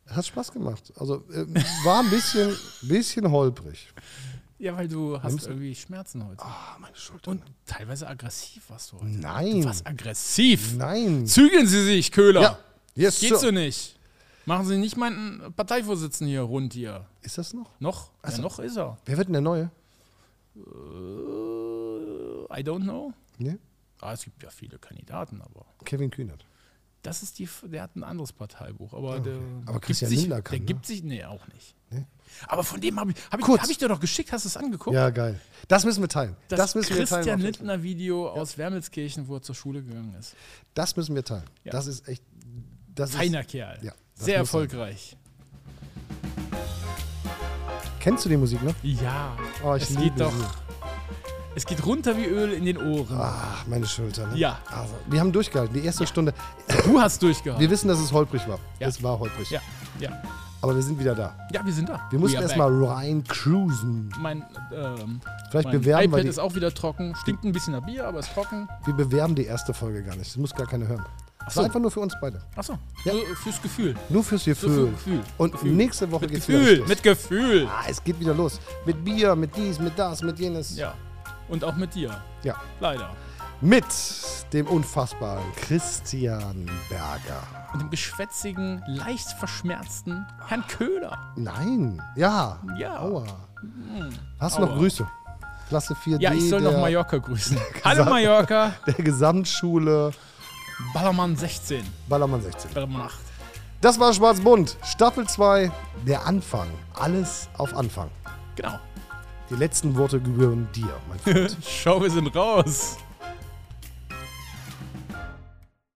S2: Hat Spaß gemacht. Also äh, war ein bisschen, bisschen holprig.
S1: Ja, weil du hast irgendwie Schmerzen heute.
S2: Ah, meine Schulter.
S1: Und teilweise aggressiv warst du heute.
S2: Nein.
S1: Du warst aggressiv.
S2: Nein.
S1: Zügeln Sie sich, Köhler.
S2: Ja. Yes,
S1: Geht so
S2: sir.
S1: nicht. Machen Sie nicht meinen Parteivorsitzenden hier rund hier.
S2: Ist das noch?
S1: Noch?
S2: Also-
S1: Ja, noch ist er.
S2: Wer wird denn der Neue?
S1: Äh, I don't know.
S2: Nee?
S1: Ah, es gibt ja viele Kandidaten, aber
S2: Kevin Kühnert.
S1: das ist die, der hat ein anderes Parteibuch. Aber, der,
S2: Aber
S1: gibt
S2: Christian
S1: sich,
S2: Lindner kann,
S1: Der
S2: ne?
S1: gibt sich, nee, auch nicht.
S2: Nee?
S1: Aber von dem habe ich, habe ich,
S2: Kurz.
S1: hab ich dir doch geschickt, hast du es angeguckt?
S2: Ja, geil. Das müssen wir teilen. Das,
S1: Oh. Das,
S2: müssen wir
S1: Christian
S2: teilen. auf-
S1: Lindner Video aus Wermelskirchen, wo er zur Schule gegangen ist.
S2: Das müssen wir teilen.
S1: Ja.
S2: Das ist echt. Das
S1: Feiner Kerl.
S2: Ja, das
S1: Sehr
S2: muss sein.
S1: erfolgreich.
S2: Ist, kennst du die Musik noch?
S1: Ja.
S2: Oh, ich
S1: es
S2: liebe
S1: geht doch.
S2: sie. Ah.
S1: Es geht runter wie Öl in den Ohren.
S2: Ach, meine Schulter. Ne?
S1: Ja.
S2: Also, wir haben durchgehalten. Die erste Stunde.
S1: Du hast durchgehauen.
S2: Wir wissen, dass es holprig war.
S1: Ja.
S2: Es war holprig.
S1: ja, ja.
S2: Aber wir sind wieder da.
S1: Ja, wir sind da.
S2: Wir mussten
S1: We are
S2: erstmal rein cruisen.
S1: back. Mein, ähm,
S2: Vielleicht
S1: mein
S2: bewerben wir
S1: iPad
S2: die-
S1: ist auch wieder trocken. Stinkt ein bisschen nach Bier, aber ist trocken.
S2: Wir bewerben die erste Folge gar nicht. Das muss gar keiner hören. Das
S1: so.
S2: war einfach nur für uns beide.
S1: Achso,
S2: Ja.
S1: so fürs Gefühl.
S2: Nur fürs
S1: So für
S2: Gefühl.
S1: Gefühl.
S2: Und
S1: Gefühl.
S2: nächste Woche
S1: Mit
S2: geht's wieder
S1: Gefühl,
S2: los.
S1: mit Gefühl.
S2: ah, es geht wieder los. Mit Bier, mit dies, mit das, mit jenes.
S1: Ja, und auch mit dir.
S2: ja.
S1: Leider.
S2: Mit dem unfassbaren Christian Berger.
S1: Und dem geschwätzigen, leicht verschmerzten Herrn Köhler.
S2: Nein. Ja.
S1: Ja. Hm.
S2: Aua. Hast du
S1: Aua.
S2: noch Grüße? Klasse 4D.
S1: Ja, ich soll noch
S2: der-
S1: Mallorca grüßen. Hallo Mallorca.
S2: der Gesamtschule
S1: Ballermann 16.
S2: Ballermann 16.
S1: Ballermann 8.
S2: Das war Schwarz-Bunt, Staffel 2, der Anfang. Alles auf Anfang.
S1: Genau.
S2: Die letzten Worte gebühren dir, mein Freund.
S1: Schau, wir sind raus.